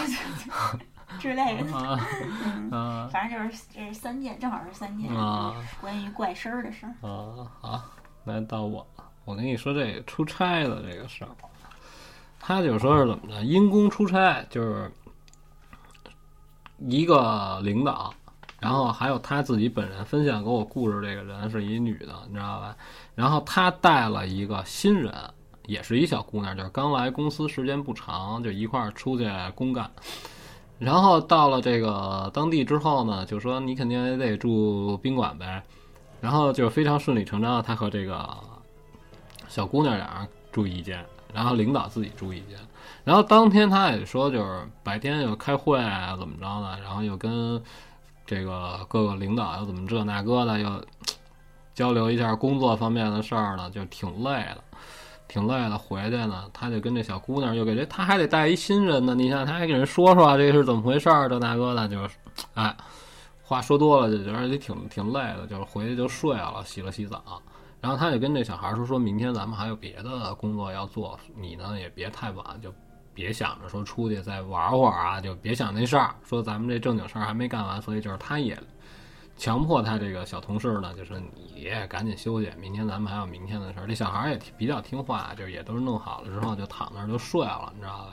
Speaker 2: 之类的。
Speaker 1: 啊
Speaker 2: 嗯，
Speaker 1: 啊
Speaker 2: 反正就是这是三件，正好是三件
Speaker 1: 啊
Speaker 2: 关于怪声儿的事儿。
Speaker 1: 啊！好，那到我了。我跟你说这出差的这个事儿，他就说是怎么着，因公出差，就是一个领导，然后还有他自己本人分享给我故事这个人是一女的，你知道吧？然后她带了一个新人，也是一小姑娘，就是刚来公司时间不长，就一块儿出去公干。然后到了这个当地之后呢，就说你肯定也得住宾馆呗。然后就非常顺理成章地，他和这个小姑娘俩人住一间，然后领导自己住一间。然后当天他也说，就是白天又开会啊，怎么着呢？然后又跟这个各个领导又怎么这那个的，又交流一下工作方面的事儿呢，就挺累的，挺累的。回去呢，他就跟这小姑娘又给这，他还得带一新人呢。你想，他还给人说说这是怎么回事儿，这那个的，就是，哎，话说多了就觉得也挺挺累的，就是回去就睡了，洗了洗澡。然后他就跟这小孩说：“说明天咱们还有别的工作要做，你呢也别太晚，就别想着说出去再玩会儿啊，就别想那事儿。说咱们这正经事儿还没干完，所以就是他也强迫他这个小同事呢，就说你也赶紧休息，明天咱们还有明天的事儿。这小孩儿也挺比较听话，就是也都是弄好了之后就躺那儿就睡了，你知道吧？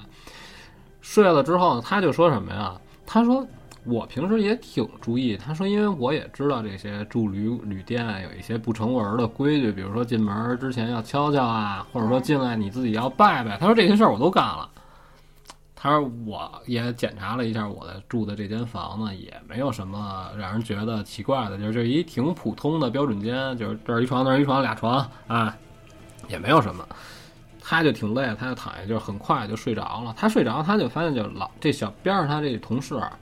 Speaker 1: 睡了之后，他就说什么呀？他说我平时也挺注意，他说因为我也知道这些住旅旅店啊有一些不成文儿的规矩，比如说进门儿之前要敲敲啊，或者说进来你自己要拜拜。他说这些事儿我都干了。他说我也检查了一下我的住的这间房呢，也没有什么让人觉得奇怪的，就是这一挺普通的标准间，就是这儿一床那儿一床俩床啊，也没有什么。他就挺累，他就躺下，就很快就睡着了。他睡着，他就发现就老这小边上他这同事啊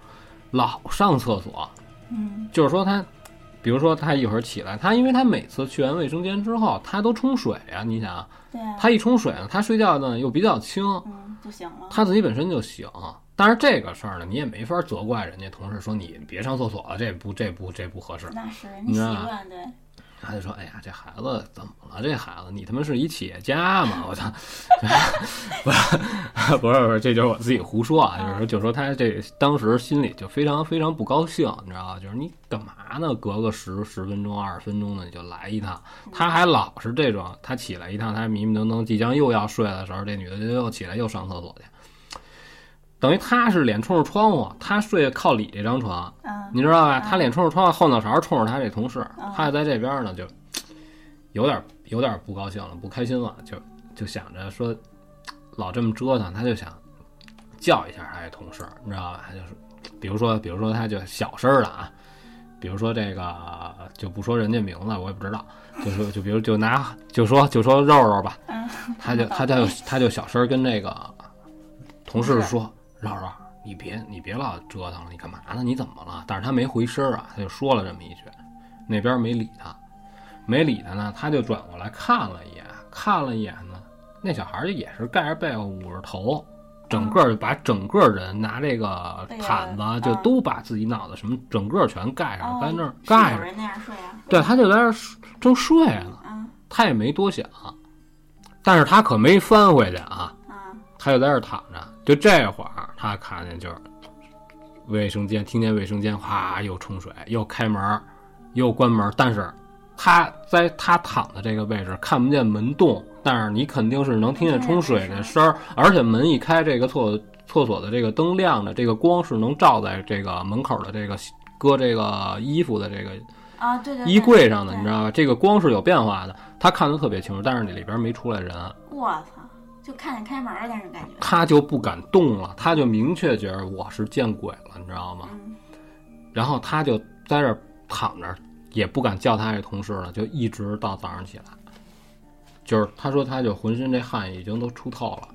Speaker 1: 老上厕所，
Speaker 2: 嗯
Speaker 1: 就是说他，比如说他一会儿起来，他因为他每次去完卫生间之后，他都冲水啊，你想，
Speaker 2: 对啊，
Speaker 1: 他一冲水呢，他睡觉呢又比较轻，
Speaker 2: 嗯就行了。
Speaker 1: 他自己本身就醒。但是这个事儿呢，你也没法责怪人家同事说你别上厕所啊了，这不这不这不合适。
Speaker 2: 那是人
Speaker 1: 你知
Speaker 2: 家
Speaker 1: 道
Speaker 2: 习惯，对，
Speaker 1: 他就说：“哎呀，这孩子怎么了？这孩子，你他妈是一企业家吗？我操！不是不 是，这就是我自己胡说啊，就是说就说他这当时心里就非常非常不高兴，你知道吧？就是你干嘛呢？隔个十十分钟、二十分钟的你就来一趟，他还老是这种，他起来一趟，他迷迷瞪瞪，即将又要睡的时候，这女的就又起来又上厕所去，等于他是脸冲着窗户，他睡靠里这张床，
Speaker 2: 嗯
Speaker 1: 你知道吧？他脸冲着窗户，后脑勺冲着他这同事
Speaker 2: 嗯，
Speaker 1: 他就在这边呢，就有点有点不高兴了，不开心了，就就想着说老这么折腾，他就想叫一下他这同事，你知道吧？他就是比如说，比如说他就小声儿的啊，比如说这个就不说人家名字，我也不知道，就说就比如就拿就说就说肉肉吧，
Speaker 2: 嗯，
Speaker 1: 他就他就他就小声儿跟那个同事说：“肉肉，你别你别老折腾了，你干嘛呢？你怎么了？”但是他没回声儿啊，他就说了这么一句，那边没理他，没理他呢，他就转过来看了一眼，看了一眼呢，那小孩儿也是盖着被子捂着头。整个儿把整个人拿这个
Speaker 2: 被子
Speaker 1: 毯
Speaker 2: 啊
Speaker 1: 子，就都把自己脑袋什么整个全盖上，
Speaker 2: 哦
Speaker 1: 在那儿
Speaker 2: 是
Speaker 1: 盖
Speaker 2: 有
Speaker 1: 着。
Speaker 2: 人那样睡啊，
Speaker 1: 对，他就在那儿睡正睡呢，
Speaker 2: 啊
Speaker 1: 他也没多想，但是他可没翻回去啊，
Speaker 2: 啊
Speaker 1: 他就在这儿躺着。就这会儿，他看见就是卫生间，听见卫生间哗又冲水，又开门，又关门，但是他在他躺的这个位置看不见门洞，但是你肯定是能听见冲水的声儿，而且门一开，这个厕厕所的这个灯亮的，这个光是能照在这个门口的这个搁这个衣服的这个
Speaker 2: 啊，对对，对
Speaker 1: 衣柜上的，
Speaker 2: 对
Speaker 1: 你知道吧？这个光是有变化的，他看得特别清楚，但是里边没出来人，啊
Speaker 2: 我操，就看见开门了，但是感觉
Speaker 1: 他就不敢动了，他就明确觉得我是见鬼了，你知道吗？
Speaker 2: 嗯
Speaker 1: 然后他就在这儿躺着，也不敢叫他这同事了，就一直到早上起来。就是他说他就浑身这汗已经都出透了，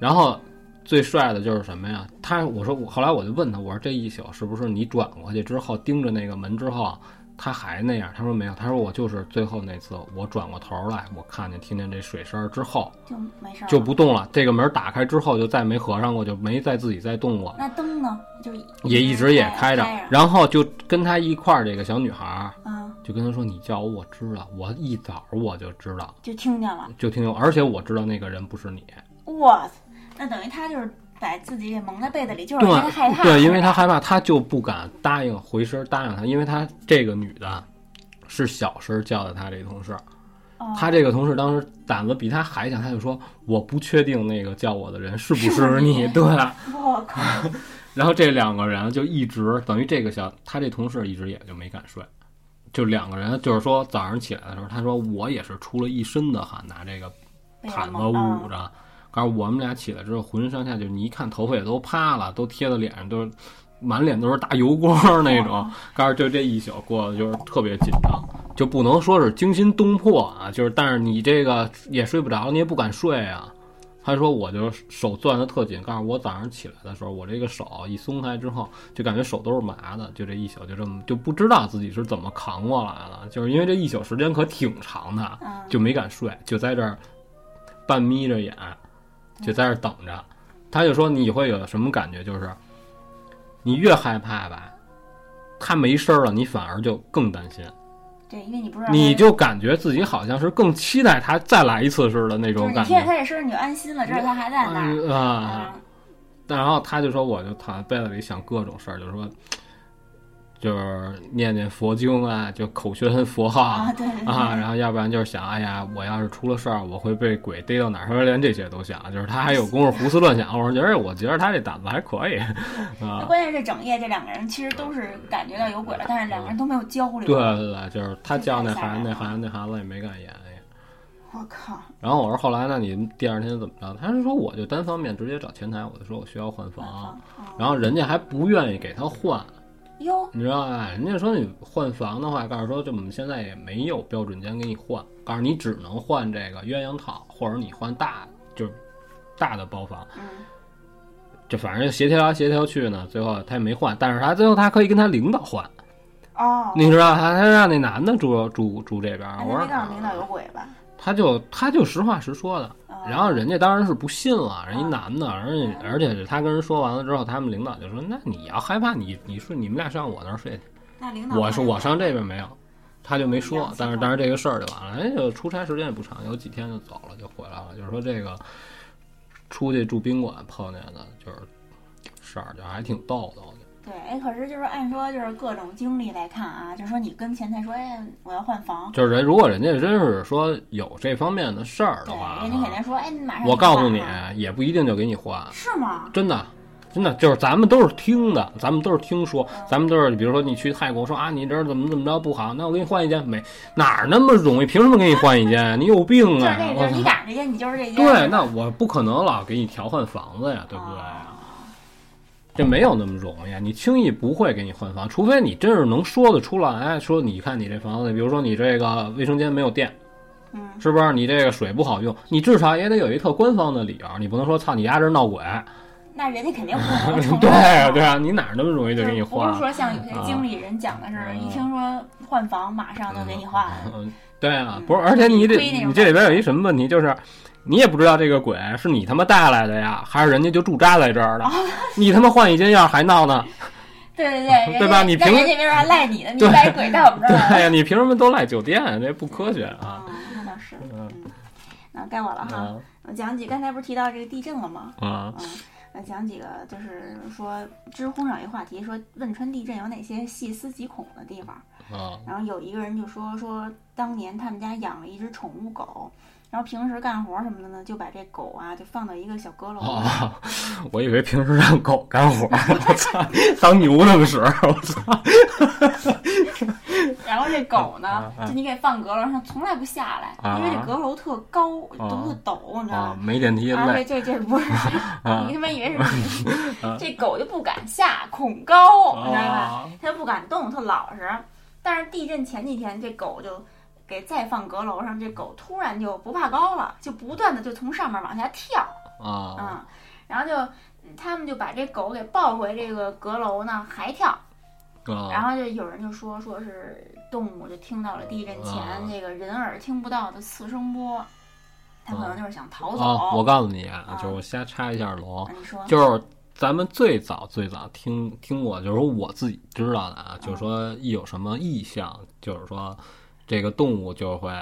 Speaker 1: 然后最帅的就是什么呀？他我说我后来我就问他，我说这一宿是不是你转过去之后盯着那个门之后，他还那样？他说没有，他说我就是最后那次我转过头来，我看见听见这水声儿之后
Speaker 2: 就没事儿了，
Speaker 1: 就不动了，这个门打开之后就再没合上过，就没再自己再动过。
Speaker 2: 那灯呢，就
Speaker 1: 也一直也开
Speaker 2: 开
Speaker 1: 着，然后就跟他一块儿这个小女孩儿
Speaker 2: 啊，
Speaker 1: 就跟他说：“你叫我，我知道，我一早我就知道，
Speaker 2: 就听见了，
Speaker 1: 就听，而且我知道那个人不是你。
Speaker 2: 我操，那等于他就是把自己给蒙在被子里，就是因为他害怕，
Speaker 1: 对，对，因为他害怕，他就不敢答应回身答应他，因为他这个女的是小声叫的他这个同事，
Speaker 2: 哦
Speaker 1: 他这个同事当时胆子比他还小，他就说：我不确定那个叫我的人是不
Speaker 2: 是不是
Speaker 1: 你。
Speaker 2: 你
Speaker 1: 对，啊
Speaker 2: 我 靠，
Speaker 1: 然后这两个人就一直等于这个小他这同事一直也就没敢睡，就两个人就是说早上起来的时候，他说我也是出了一身的汗，拿这个
Speaker 2: 被
Speaker 1: 毯子
Speaker 2: 蒙啊
Speaker 1: 捂着。告诉我们俩起来之后，浑身上下就你一看头发也都趴了，都贴到脸上，都是满脸都是大油光儿那种。告诉就这一宿过得就是特别紧张，就不能说是惊心动魄啊，就是但是你这个也睡不着，你也不敢睡啊。他说我就手攥得特紧，告诉我早上起来的时候，我这个手一松开之后，就感觉手都是麻的，就这一宿就这么就不知道自己是怎么扛过来的，就是因为这一宿时间可挺长的，
Speaker 2: 啊，
Speaker 1: 就没敢睡，就在这儿半眯着眼，就在这儿等着。他就说你会有什么感觉？就是你越害怕吧，他没声儿了，你反而就更担心，
Speaker 2: 对，因为你不知道
Speaker 1: 你
Speaker 2: 他
Speaker 1: 就感觉自己好像是更期待他再来一次似的那
Speaker 2: 就是
Speaker 1: 种
Speaker 2: 你
Speaker 1: 感
Speaker 2: 听见
Speaker 1: 觉。
Speaker 2: 他这声儿你就安心了，知道他还在那儿。
Speaker 1: 嗯啊，
Speaker 2: 嗯
Speaker 1: 然后他就说，我就躺在被子里想各种事儿，就说，就是念念佛经啊，就口宣佛号
Speaker 2: 啊，对对对，
Speaker 1: 啊，然后要不然就是想，哎呀，我要是出了事儿，我会被鬼逮到哪儿？他说连这些都想，就是他还有功夫胡思乱想。我说觉得，我觉得他这胆子还可以
Speaker 2: 那
Speaker 1: 啊。
Speaker 2: 关键是整夜这两个人其实都是感觉到有鬼了，但是两个人都没有焦虑。
Speaker 1: 对对对，就是他叫那孩子，那孩子那孩子也没敢言语。
Speaker 2: 我靠，
Speaker 1: 然后我说后来那你第二天怎么着？他是说我就单方面直接找前台，我就说我需要换房，然后人家还不愿意给他换，
Speaker 2: 哟，
Speaker 1: 你知道吧？人家说你换房的话，告诉说这我们现在也没有标准间给你换，告诉你只能换这个鸳鸯套，或者你换大就是大的包房。
Speaker 2: 嗯，
Speaker 1: 就反正协调来协调去呢，最后他也没换，但是他最后他可以跟他领导换，
Speaker 2: 哦，
Speaker 1: 你知道他他让那男的住住住这边
Speaker 2: 哎，
Speaker 1: 我
Speaker 2: 那没告诉领导
Speaker 1: 说
Speaker 2: 有鬼吧？
Speaker 1: 他就他就实话实说的，
Speaker 2: 啊
Speaker 1: 然后人家当然是不信了，
Speaker 2: 嗯
Speaker 1: 人一男的，而且而且他跟人说完了之后，他们领导就说，那你要害怕你你睡你们俩上我那儿睡去。
Speaker 2: 那领导
Speaker 1: 我说我上这边没有，他就没
Speaker 2: 两
Speaker 1: 说
Speaker 2: 次。
Speaker 1: 但是
Speaker 2: 吧
Speaker 1: 但是这个事儿就完了，哎人家就出差时间也不长，有几天就走了，就回来了。就是说这个出去住宾馆碰见的，就是事儿，就还挺逗的。我觉得
Speaker 2: 对，哎，可是就是按说就是各种经历来看啊，就说你跟前台说，哎，我要换房，
Speaker 1: 就是人如果人家真是说有这方面的事儿的
Speaker 2: 对
Speaker 1: 话，啊
Speaker 2: 人家肯定说，哎，你马上
Speaker 1: 我
Speaker 2: 就
Speaker 1: 告诉
Speaker 2: 换
Speaker 1: 你
Speaker 2: 了，
Speaker 1: 也不一定就给你换，
Speaker 2: 是吗？
Speaker 1: 真的。真的就是咱们都是听的，咱们都是听说，咱们都是比如说你去泰国说啊，你这儿怎么怎么着不好，那我给你换一间，没哪儿那么容易，凭什么给你换一间？你有病
Speaker 2: 就是
Speaker 1: 啊！
Speaker 2: 那，就
Speaker 1: 我
Speaker 2: 是
Speaker 1: 操
Speaker 2: 你赶这些，你就是这些，
Speaker 1: 对，那我不可能老给你调换房子呀，对不对啊
Speaker 2: 哦
Speaker 1: 呀？这没有那么容易，啊你轻易不会给你换房，除非你真是能说得出来，哎说你看你这房子，比如说你这个卫生间没有电，
Speaker 2: 嗯
Speaker 1: 是不是？你这个水不好用，你至少也得有一特官方的理由，你不能说操你丫这儿闹鬼，
Speaker 2: 那人家肯定不可 能承认啊
Speaker 1: 对对啊，你哪儿那么容易
Speaker 2: 就
Speaker 1: 就给你
Speaker 2: 是不
Speaker 1: 换啊
Speaker 2: 是？说像有些经理人讲的是，一听说换房马上就给你换，
Speaker 1: 嗯， 对啊
Speaker 2: 嗯，
Speaker 1: 不是，而且你得
Speaker 2: 亏那种
Speaker 1: 你这里边有一什么问题，就是你也不知道这个鬼是你他妈带来的呀，还是人家就驻扎在这
Speaker 2: 哦
Speaker 1: 儿的，你他妈换一间钥匙还闹 呢。
Speaker 2: 对对对，人 家
Speaker 1: 对吧你
Speaker 2: 那
Speaker 1: 凭
Speaker 2: 人家没准还赖你呢，你
Speaker 1: 对
Speaker 2: 带鬼到我们这儿来
Speaker 1: 对呀，你凭什么都赖酒店？这不科学啊！
Speaker 2: 啊，那倒是，
Speaker 1: 嗯
Speaker 2: 那该我了哈。
Speaker 1: 啊
Speaker 2: 我讲几，刚才不是提到这个地震了吗？
Speaker 1: 啊！
Speaker 2: 嗯，呃，讲几个就是说知乎上有一话题说汶川地震有哪些细思极恐的地方，
Speaker 1: 啊，
Speaker 2: 然后有一个人就说说当年他们家养了一只宠物狗，然后平时干活什么的呢，就把这狗啊就放到一个小阁楼里，
Speaker 1: 哦，我以为平时让狗干活儿，我操，当牛那么使，我操，
Speaker 2: 然后这狗呢
Speaker 1: 啊啊，
Speaker 2: 就你给放阁楼上，从来不下来，
Speaker 1: 啊
Speaker 2: 因为这阁楼特高，
Speaker 1: 啊
Speaker 2: 都特陡，你知道
Speaker 1: 啊，
Speaker 2: 吗？
Speaker 1: 没电梯
Speaker 2: 啊，这
Speaker 1: 累
Speaker 2: 这这不是，
Speaker 1: 啊
Speaker 2: 你他妈以为是你？ 这狗就不敢下，恐高，你知道吧？
Speaker 1: 啊，
Speaker 2: 它就不敢动，特老实。但是地震前几天，这狗就给再放阁楼上，这狗突然就不怕高了，就不断的就从上面往下跳，
Speaker 1: 啊，
Speaker 2: 嗯，然后就嗯他们就把这狗给抱回这个阁楼呢，还跳。然
Speaker 1: 啊，
Speaker 2: 后就有人就说，说是动物就听到了地震
Speaker 1: 啊
Speaker 2: 前这个人耳听不到的次声波，它
Speaker 1: 哦
Speaker 2: 可能就是想逃走。
Speaker 1: 啊，我告诉你啊
Speaker 2: 啊，
Speaker 1: 就是我瞎插一下龙
Speaker 2: 啊，你说
Speaker 1: 就是咱们最早最早听听过，就是说我自己知道的啊，就是说一有什么异象，就是说这个动物就会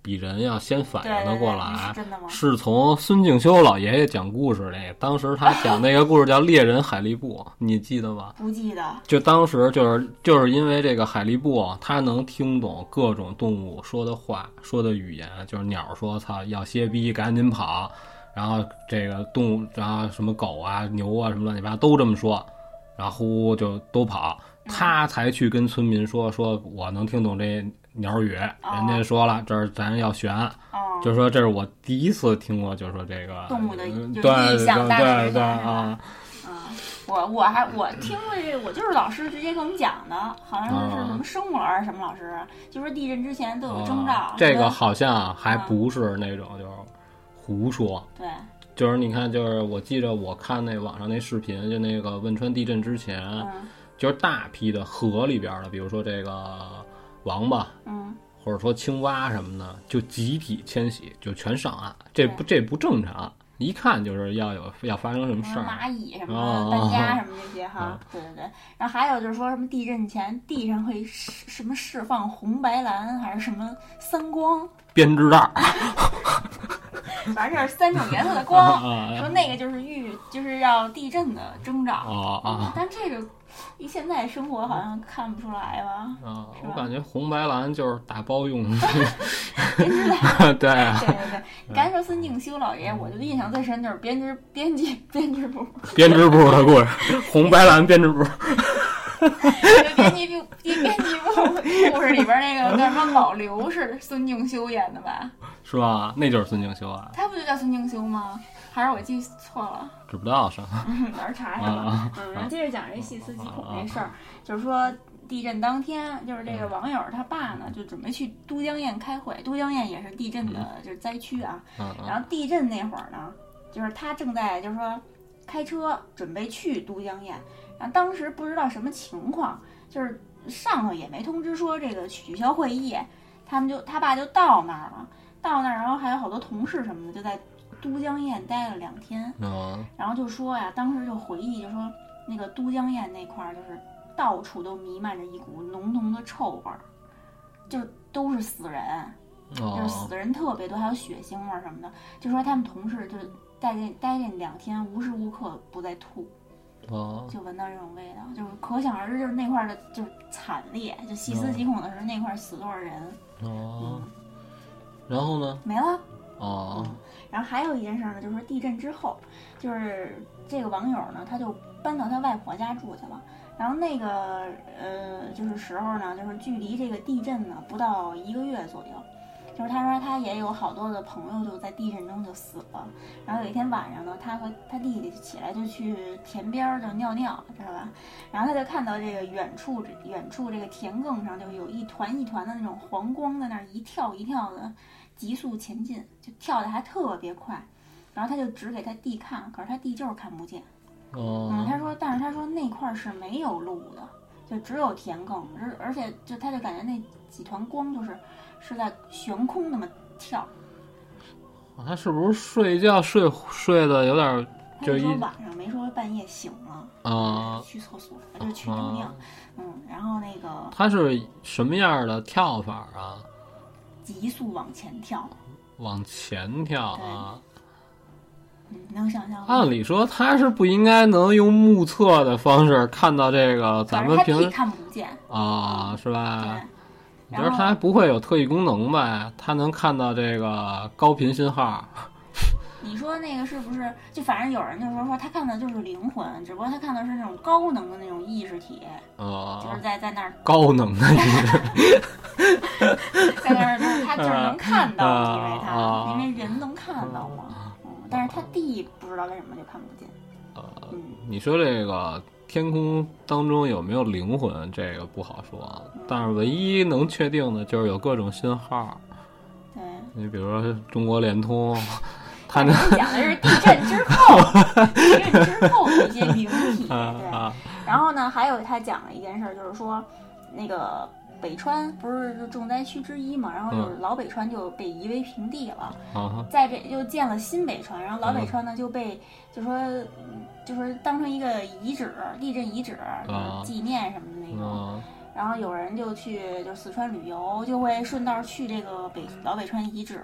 Speaker 1: 比人要先反
Speaker 2: 对对
Speaker 1: 应
Speaker 2: 对，
Speaker 1: 的过
Speaker 2: 那
Speaker 1: 来
Speaker 2: 是。真的吗？
Speaker 1: 是从孙敬修老爷爷讲故事里，当时他讲那个故事叫《猎人海力布》，你记得吗？
Speaker 2: 不记得，
Speaker 1: 就当时就是就是因为这个海力布，他能听懂各种动物说的话、说的语言，就是鸟说“操要歇逼，赶紧跑”，然后这个动物，然后什么狗啊、牛啊什么乱七八糟都这么说，然后呼呼就都跑，他才去跟村民说说我能听懂这鸟语，人家说了这儿咱要悬，
Speaker 2: 哦，
Speaker 1: 就是说这是我第一次听过，就是说这个
Speaker 2: 动物的
Speaker 1: 呃
Speaker 2: 就是
Speaker 1: 对
Speaker 2: 意
Speaker 1: 对
Speaker 2: 象大概
Speaker 1: 对
Speaker 2: 是
Speaker 1: 对
Speaker 2: 吧
Speaker 1: 啊，
Speaker 2: 嗯，我我还我听过这个，我就是老师直接给我们讲的，好像是
Speaker 1: 啊
Speaker 2: 什么生物老师什么老师，就说地震之前都有征兆，
Speaker 1: 啊这个
Speaker 2: 说
Speaker 1: 好像还
Speaker 2: 嗯
Speaker 1: 不是那种就是胡说，
Speaker 2: 对，
Speaker 1: 就是你看，就是我记着我看那网上那视频，就那个汶川地震之前，
Speaker 2: 嗯
Speaker 1: 就是大批的河里边的，比如说这个王八
Speaker 2: 嗯，
Speaker 1: 或者说青蛙什么的，就集体迁徙，就全上岸，这不这不正常，一看就是要有要发生什么
Speaker 2: 什
Speaker 1: 事
Speaker 2: 么
Speaker 1: 儿
Speaker 2: 蚂蚁什
Speaker 1: 啊
Speaker 2: 么的搬家什么这些哈，对对对。然后还有就是说什么地震前地上会释什么释放红白蓝还是什么三光，
Speaker 1: 编织袋儿
Speaker 2: 反正就是三种颜色 的
Speaker 1: 啊
Speaker 2: 光，
Speaker 1: 啊
Speaker 2: 说那个就是预就是要地震的征兆。
Speaker 1: 啊啊！
Speaker 2: 但这个一现在生活好像看不出来吧？
Speaker 1: 啊，
Speaker 2: 嗯是
Speaker 1: 我
Speaker 2: 吧
Speaker 1: 感觉红白蓝就是打包用
Speaker 2: 编织袋，
Speaker 1: 的， 对啊，
Speaker 2: 对对对。你刚才说孙敬修老爷，我就印象最深就是编织编辑编织部，
Speaker 1: 编织部的故事，红白蓝编织部，
Speaker 2: 这编辑部编编辑部故事里边那个叫什么老刘是孙敬修演的吧？
Speaker 1: 是吧？那就是孙敬修啊，
Speaker 2: 他不就叫孙敬修吗？还是我记错了？
Speaker 1: 知不道是 吧？
Speaker 2: 嗯，哪儿查查吧。嗯，然后接着讲这细思极恐这事儿，就是说地震当天，就是这个网友他爸呢，就准备去都江堰开会。都江堰也是地震的，就是灾区啊。
Speaker 1: 嗯嗯
Speaker 2: 然后地震那会儿呢，就是他正在就是说开车准备去都江堰，然后当时不知道什么情况，就是上头也没通知说这个取消会议，他们就他爸就到那儿了，到那儿然后还有好多同事什么的就在都江堰待了两天，
Speaker 1: 嗯
Speaker 2: 然后就说呀，当时就回忆就说那个都江堰那块儿就是到处都弥漫着一股浓浓的臭味儿，就都是死人。就是死
Speaker 1: 哦
Speaker 2: 的人特别多，还有血腥味儿什么的。就说他们同事就待这待这两天，无时无刻不在吐，
Speaker 1: 哦，
Speaker 2: 就闻到这种味道，就是可想而知，就是那块儿的就是惨烈，就细思极恐的是那块儿死多少人，
Speaker 1: 哦，然后呢？
Speaker 2: 没了。
Speaker 1: 哦
Speaker 2: 然后还有一件事儿呢，就是说地震之后，就是这个网友呢，他就搬到他外婆家住去了。然后那个呃，就是时候呢，就是距离这个地震呢不到一个月左右，就是他说他也有好多的朋友就在地震中就死了。然后有一天晚上呢，他和他弟弟起来就去田边儿就尿尿，知道吧？然后他就看到这个远处远处这个田埂上就有一团一团的那种黄光在那儿一跳一跳的，急速前进，就跳的还特别快。然后他就指给他弟看，可是他弟就是看不见。嗯，
Speaker 1: 哦
Speaker 2: 他说，但是他说那块儿是没有路的，就只有田埂，而而且就他就感觉那几团光就是是在悬空那么跳。
Speaker 1: 他是不是睡觉睡睡的有点儿
Speaker 2: 他
Speaker 1: 就
Speaker 2: 就说
Speaker 1: 一
Speaker 2: 晚上没说半夜醒了，
Speaker 1: 啊？
Speaker 2: 去厕所，就是去尿尿。嗯，然后那个
Speaker 1: 他是什么样的跳法啊？
Speaker 2: 急速往前跳，
Speaker 1: 往前跳啊？
Speaker 2: 嗯，能想象吗？
Speaker 1: 按理说他是不应该能用目测的方式看到这个咱
Speaker 2: 反
Speaker 1: 们
Speaker 2: 正他
Speaker 1: 平
Speaker 2: 屁
Speaker 1: 时
Speaker 2: 看不见，
Speaker 1: 啊、是
Speaker 2: 对
Speaker 1: 吧？。你觉
Speaker 2: 然
Speaker 1: 得
Speaker 2: 后
Speaker 1: 他不会有特异功能呗？他能看到这个高频信号，
Speaker 2: 你说那个是不是？就反正有人就说说他看的就是灵魂，只不过他看的是那种高能的那种意识体，
Speaker 1: 呃，
Speaker 2: 就是在在那儿
Speaker 1: 高能的意识
Speaker 2: 在那儿，就是他就是能看到，
Speaker 1: 啊
Speaker 2: 因为
Speaker 1: 啊
Speaker 2: 他因为人能看到嘛。嗯，但是他地不知道为什么就看不见。
Speaker 1: 呃
Speaker 2: 嗯
Speaker 1: 你说这个天空当中有没有灵魂，这个不好说，但是唯一能确定的就是有各种信号。，
Speaker 2: 对。
Speaker 1: 你比如说中国联通，它
Speaker 2: 你
Speaker 1: 能
Speaker 2: 讲的是地震之后，地震之后的一些灵 体，
Speaker 1: 啊
Speaker 2: 对。
Speaker 1: 啊
Speaker 2: 然后呢，还有他讲了一件事儿，就是说，那个北川不是重灾区之一嘛，然后就是
Speaker 1: 嗯
Speaker 2: 老北川就被夷为平地了，
Speaker 1: 啊
Speaker 2: 在这又建了新北川，然后老北川呢就被就说嗯就说当成一个遗址，地震遗址，就是纪念什么的那种。
Speaker 1: 啊！
Speaker 2: 然后有人就去就四川旅游，就会顺道去这个北老北川遗址，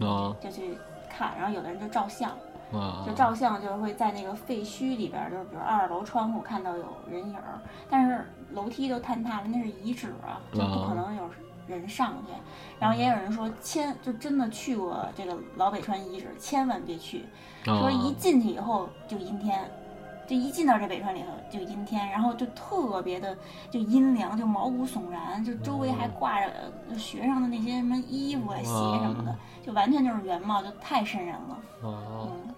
Speaker 1: 啊
Speaker 2: 就去看，然后有的人就照相。
Speaker 1: 啊！
Speaker 2: 就照相就是会在那个废墟里边儿，就是比如二楼窗户看到有人影儿，但是楼梯都坍塌了，那是遗址啊，就不可能有人上去。然后也有人说千就真的去过这个老北川遗址，千万别去，
Speaker 1: 啊
Speaker 2: 说一进去以后就阴天。就一进到这北川里头就阴天，然后就特别的就阴凉，就毛骨悚然，就周围还挂着呃学生的那些什么衣服啊、鞋什么的，就完全就是原貌，就太瘆人
Speaker 1: 啊
Speaker 2: 了。
Speaker 1: 啊，
Speaker 2: 嗯，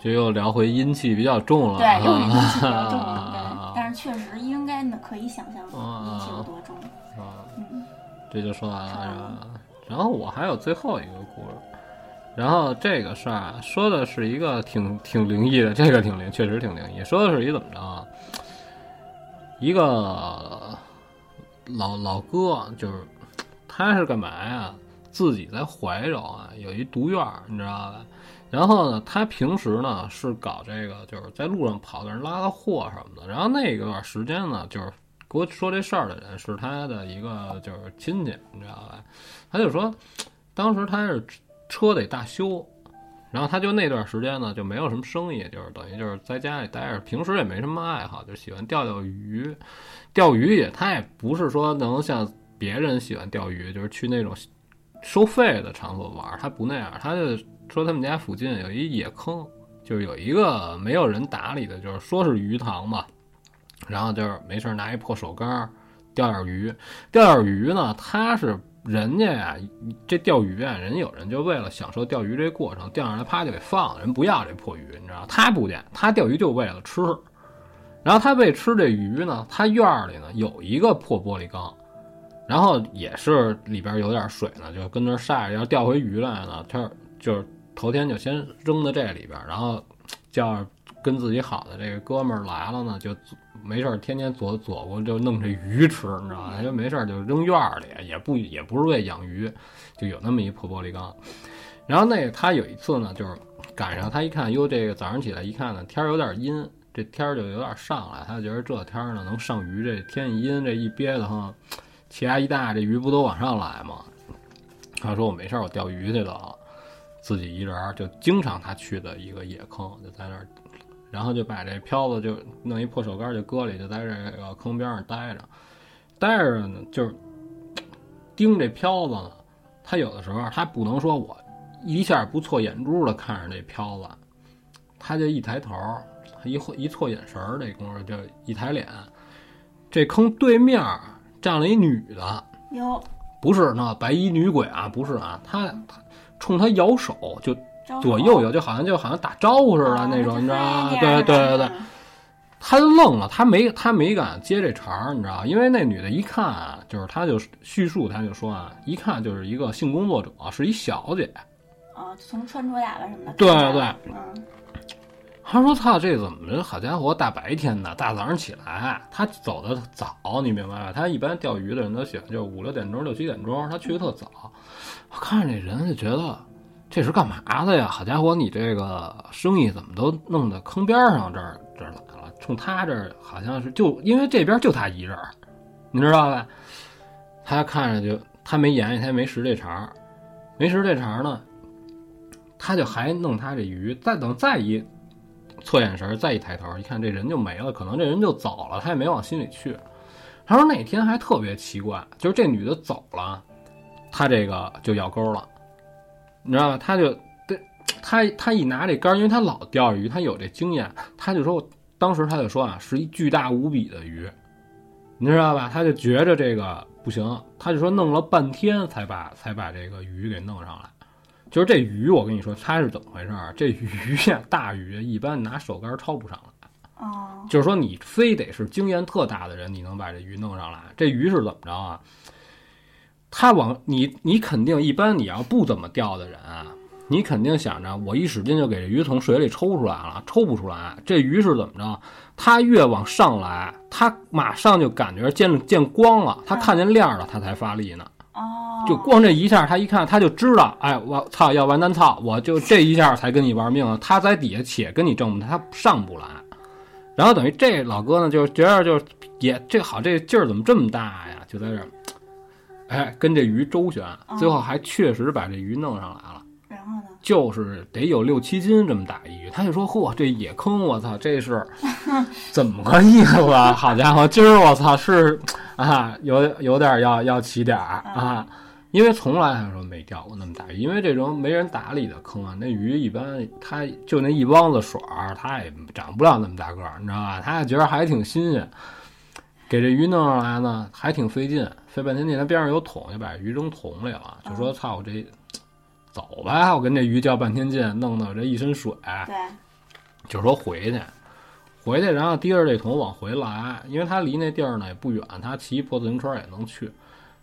Speaker 1: 就又聊回阴气比较重了，
Speaker 2: 对，又是阴气比较重
Speaker 1: 啊
Speaker 2: 对，但是确实应该能可以想象阴气有多重。
Speaker 1: 啊，
Speaker 2: 嗯，
Speaker 1: 这就说完了
Speaker 2: 说
Speaker 1: 是
Speaker 2: 完了
Speaker 1: 吧？然后我还有最后一个故事，然后这个事儿啊，说的是一个挺挺灵异的，这个挺灵，确实挺灵异。说的是一怎么着啊？一个老老哥，就是他是干嘛呀？自己在怀柔啊有一独院儿，你知道吧？然后呢，他平时呢是搞这个，就是在路上跑的人拉拉货什么的。然后那个段时间呢，就是给我说这事儿的人是他的一个就是亲戚，你知道吧？他就说，当时他是车得大修，然后他就那段时间呢就没有什么生意，就是等于就是在家里待着，平时也没什么爱好，就喜欢钓钓鱼。钓鱼也他也不是说能像别人喜欢钓鱼，就是去那种收费的场所玩儿，他不那样，他就说他们家附近有一野坑，就是有一个没有人打理的，就是说是鱼塘吧，然后就是没事儿拿一破手竿儿钓点儿鱼，钓点儿鱼呢，他是人家呀、这钓鱼啊，人有人就为了享受钓鱼这过程，钓上来啪就给放了，人不要这破鱼，你知道？他不见，他钓鱼就为了吃。然后他为吃这鱼呢，他院儿里呢有一个破玻璃缸，然后也是里边有点水呢，就跟那儿晒着，要钓回鱼来呢，他就是头天就先扔到这里边，然后叫跟自己好的这个哥们儿来了呢，就没事儿天天左左过就弄这鱼吃，你知道吗？就没事儿就扔院儿里，也不也不是为养鱼，就有那么一破玻璃缸。然后那个他有一次呢，就是赶上他一看，哟，这个早上起来一看呢，天儿有点阴，这天儿就有点上来，他就觉得这天儿呢能上鱼，这天一阴，这一憋得慌，气压一大，这鱼不都往上来吗？他说我没事儿，我钓鱼去了，啊自己一人儿就经常他去的一个野坑，就在那儿，然后就把这漂子就弄一破手竿儿就搁里，就在这个坑边上待着，待着呢就是盯这漂子呢。他有的时候啊他不能说我一下不错眼珠的看着这漂子，他就一抬头，一会一错眼神儿，这功夫就一抬脸，这坑对面儿站了一女的，
Speaker 2: 哟，
Speaker 1: 不是那白衣女鬼啊，不是啊，她她冲他摇手，就
Speaker 2: 招手
Speaker 1: 左右摇，就好像就好像打招呼似的那种，
Speaker 2: 哦
Speaker 1: 你知道吗？
Speaker 2: 就
Speaker 1: 对
Speaker 2: 是那
Speaker 1: 对
Speaker 2: 样
Speaker 1: 对对
Speaker 2: 的，嗯
Speaker 1: 他就愣了，他没他没敢接这茬儿，你知道，因为那女的一看啊，就是他就叙述，他就说啊，一看就是一个性工作者，是一小姐。
Speaker 2: 哦，从穿着打扮什么的。
Speaker 1: 对
Speaker 2: 看出
Speaker 1: 对
Speaker 2: 来了，
Speaker 1: 他说：“操，这怎么着？好家伙，大白天的，大早上起来，他走的早，你明白吧？他一般钓鱼的人都喜欢就是五六点钟、六七点钟，他去的特早。我看着这人就觉得这是干嘛的呀？好家伙，你这个生意怎么都弄到坑边上这儿这儿来了？冲他这儿好像是就因为这边就他一人儿，你知道吧？他看着就他没言语，他也没识这茬儿，没识这茬儿呢，他就还弄他这鱼，再等再一错眼神儿，再一抬头，一看这人就没了，可能这人就走了，他也没往心里去。他说那天还特别奇怪，就是这女的走了，他这个就咬钩了，你知道吧？他就对他他一拿这竿，因为他老钓鱼，他有这经验，他就说当时他就说啊，是一巨大无比的鱼，你知道吧？他就觉着这个不行，他就说弄了半天才把才把这个鱼给弄上来。就是这鱼，我跟你说，它是怎么回事儿？这鱼呀，大鱼一般拿手竿抄不上来。
Speaker 2: 哦，
Speaker 1: 就是说你非得是经验特大的人，你能把这鱼弄上来。这鱼是怎么着啊？它往你，你肯定一般你要不怎么钓的人啊，你肯定想着我一使劲就给这鱼从水里抽出来了，抽不出来。这鱼是怎么着？它越往上来，它马上就感觉见见光了，它看见亮了，它才发力呢。
Speaker 2: 哦，
Speaker 1: 就光这一下，他一看他就知道，哎，我操，要完蛋操，我就这一下才跟你玩命啊！他在底下且跟你挣，他上不来。然后等于这老哥呢，就觉着就是也这好这劲儿怎么这么大呀？就在这儿，哎，跟这鱼周旋，最后还确实把这鱼弄上来了。
Speaker 2: 然后呢？
Speaker 1: 就是得有六七斤这么大一鱼，他就说：“嚯，这野坑，我操，这是怎么个意思啊？ 好家伙，今儿我操是啊，有有点要要起点儿啊，因为从来他说没钓过那么大鱼，因为这种没人打理的坑啊，那鱼一般它就那一汪子水儿，它也长不了那么大个儿，你知道吧？他也觉得还挺新鲜，给这鱼弄上来呢，还挺费劲，费半天劲。他边上有桶，就把鱼扔桶里了，就说：操，我这走吧，我跟这鱼较半天劲，弄得我这一身水。
Speaker 2: 对，
Speaker 1: 就说回去，回去，然后提着这桶往回来，因为他离那地儿呢也不远，他骑破自行车也能去，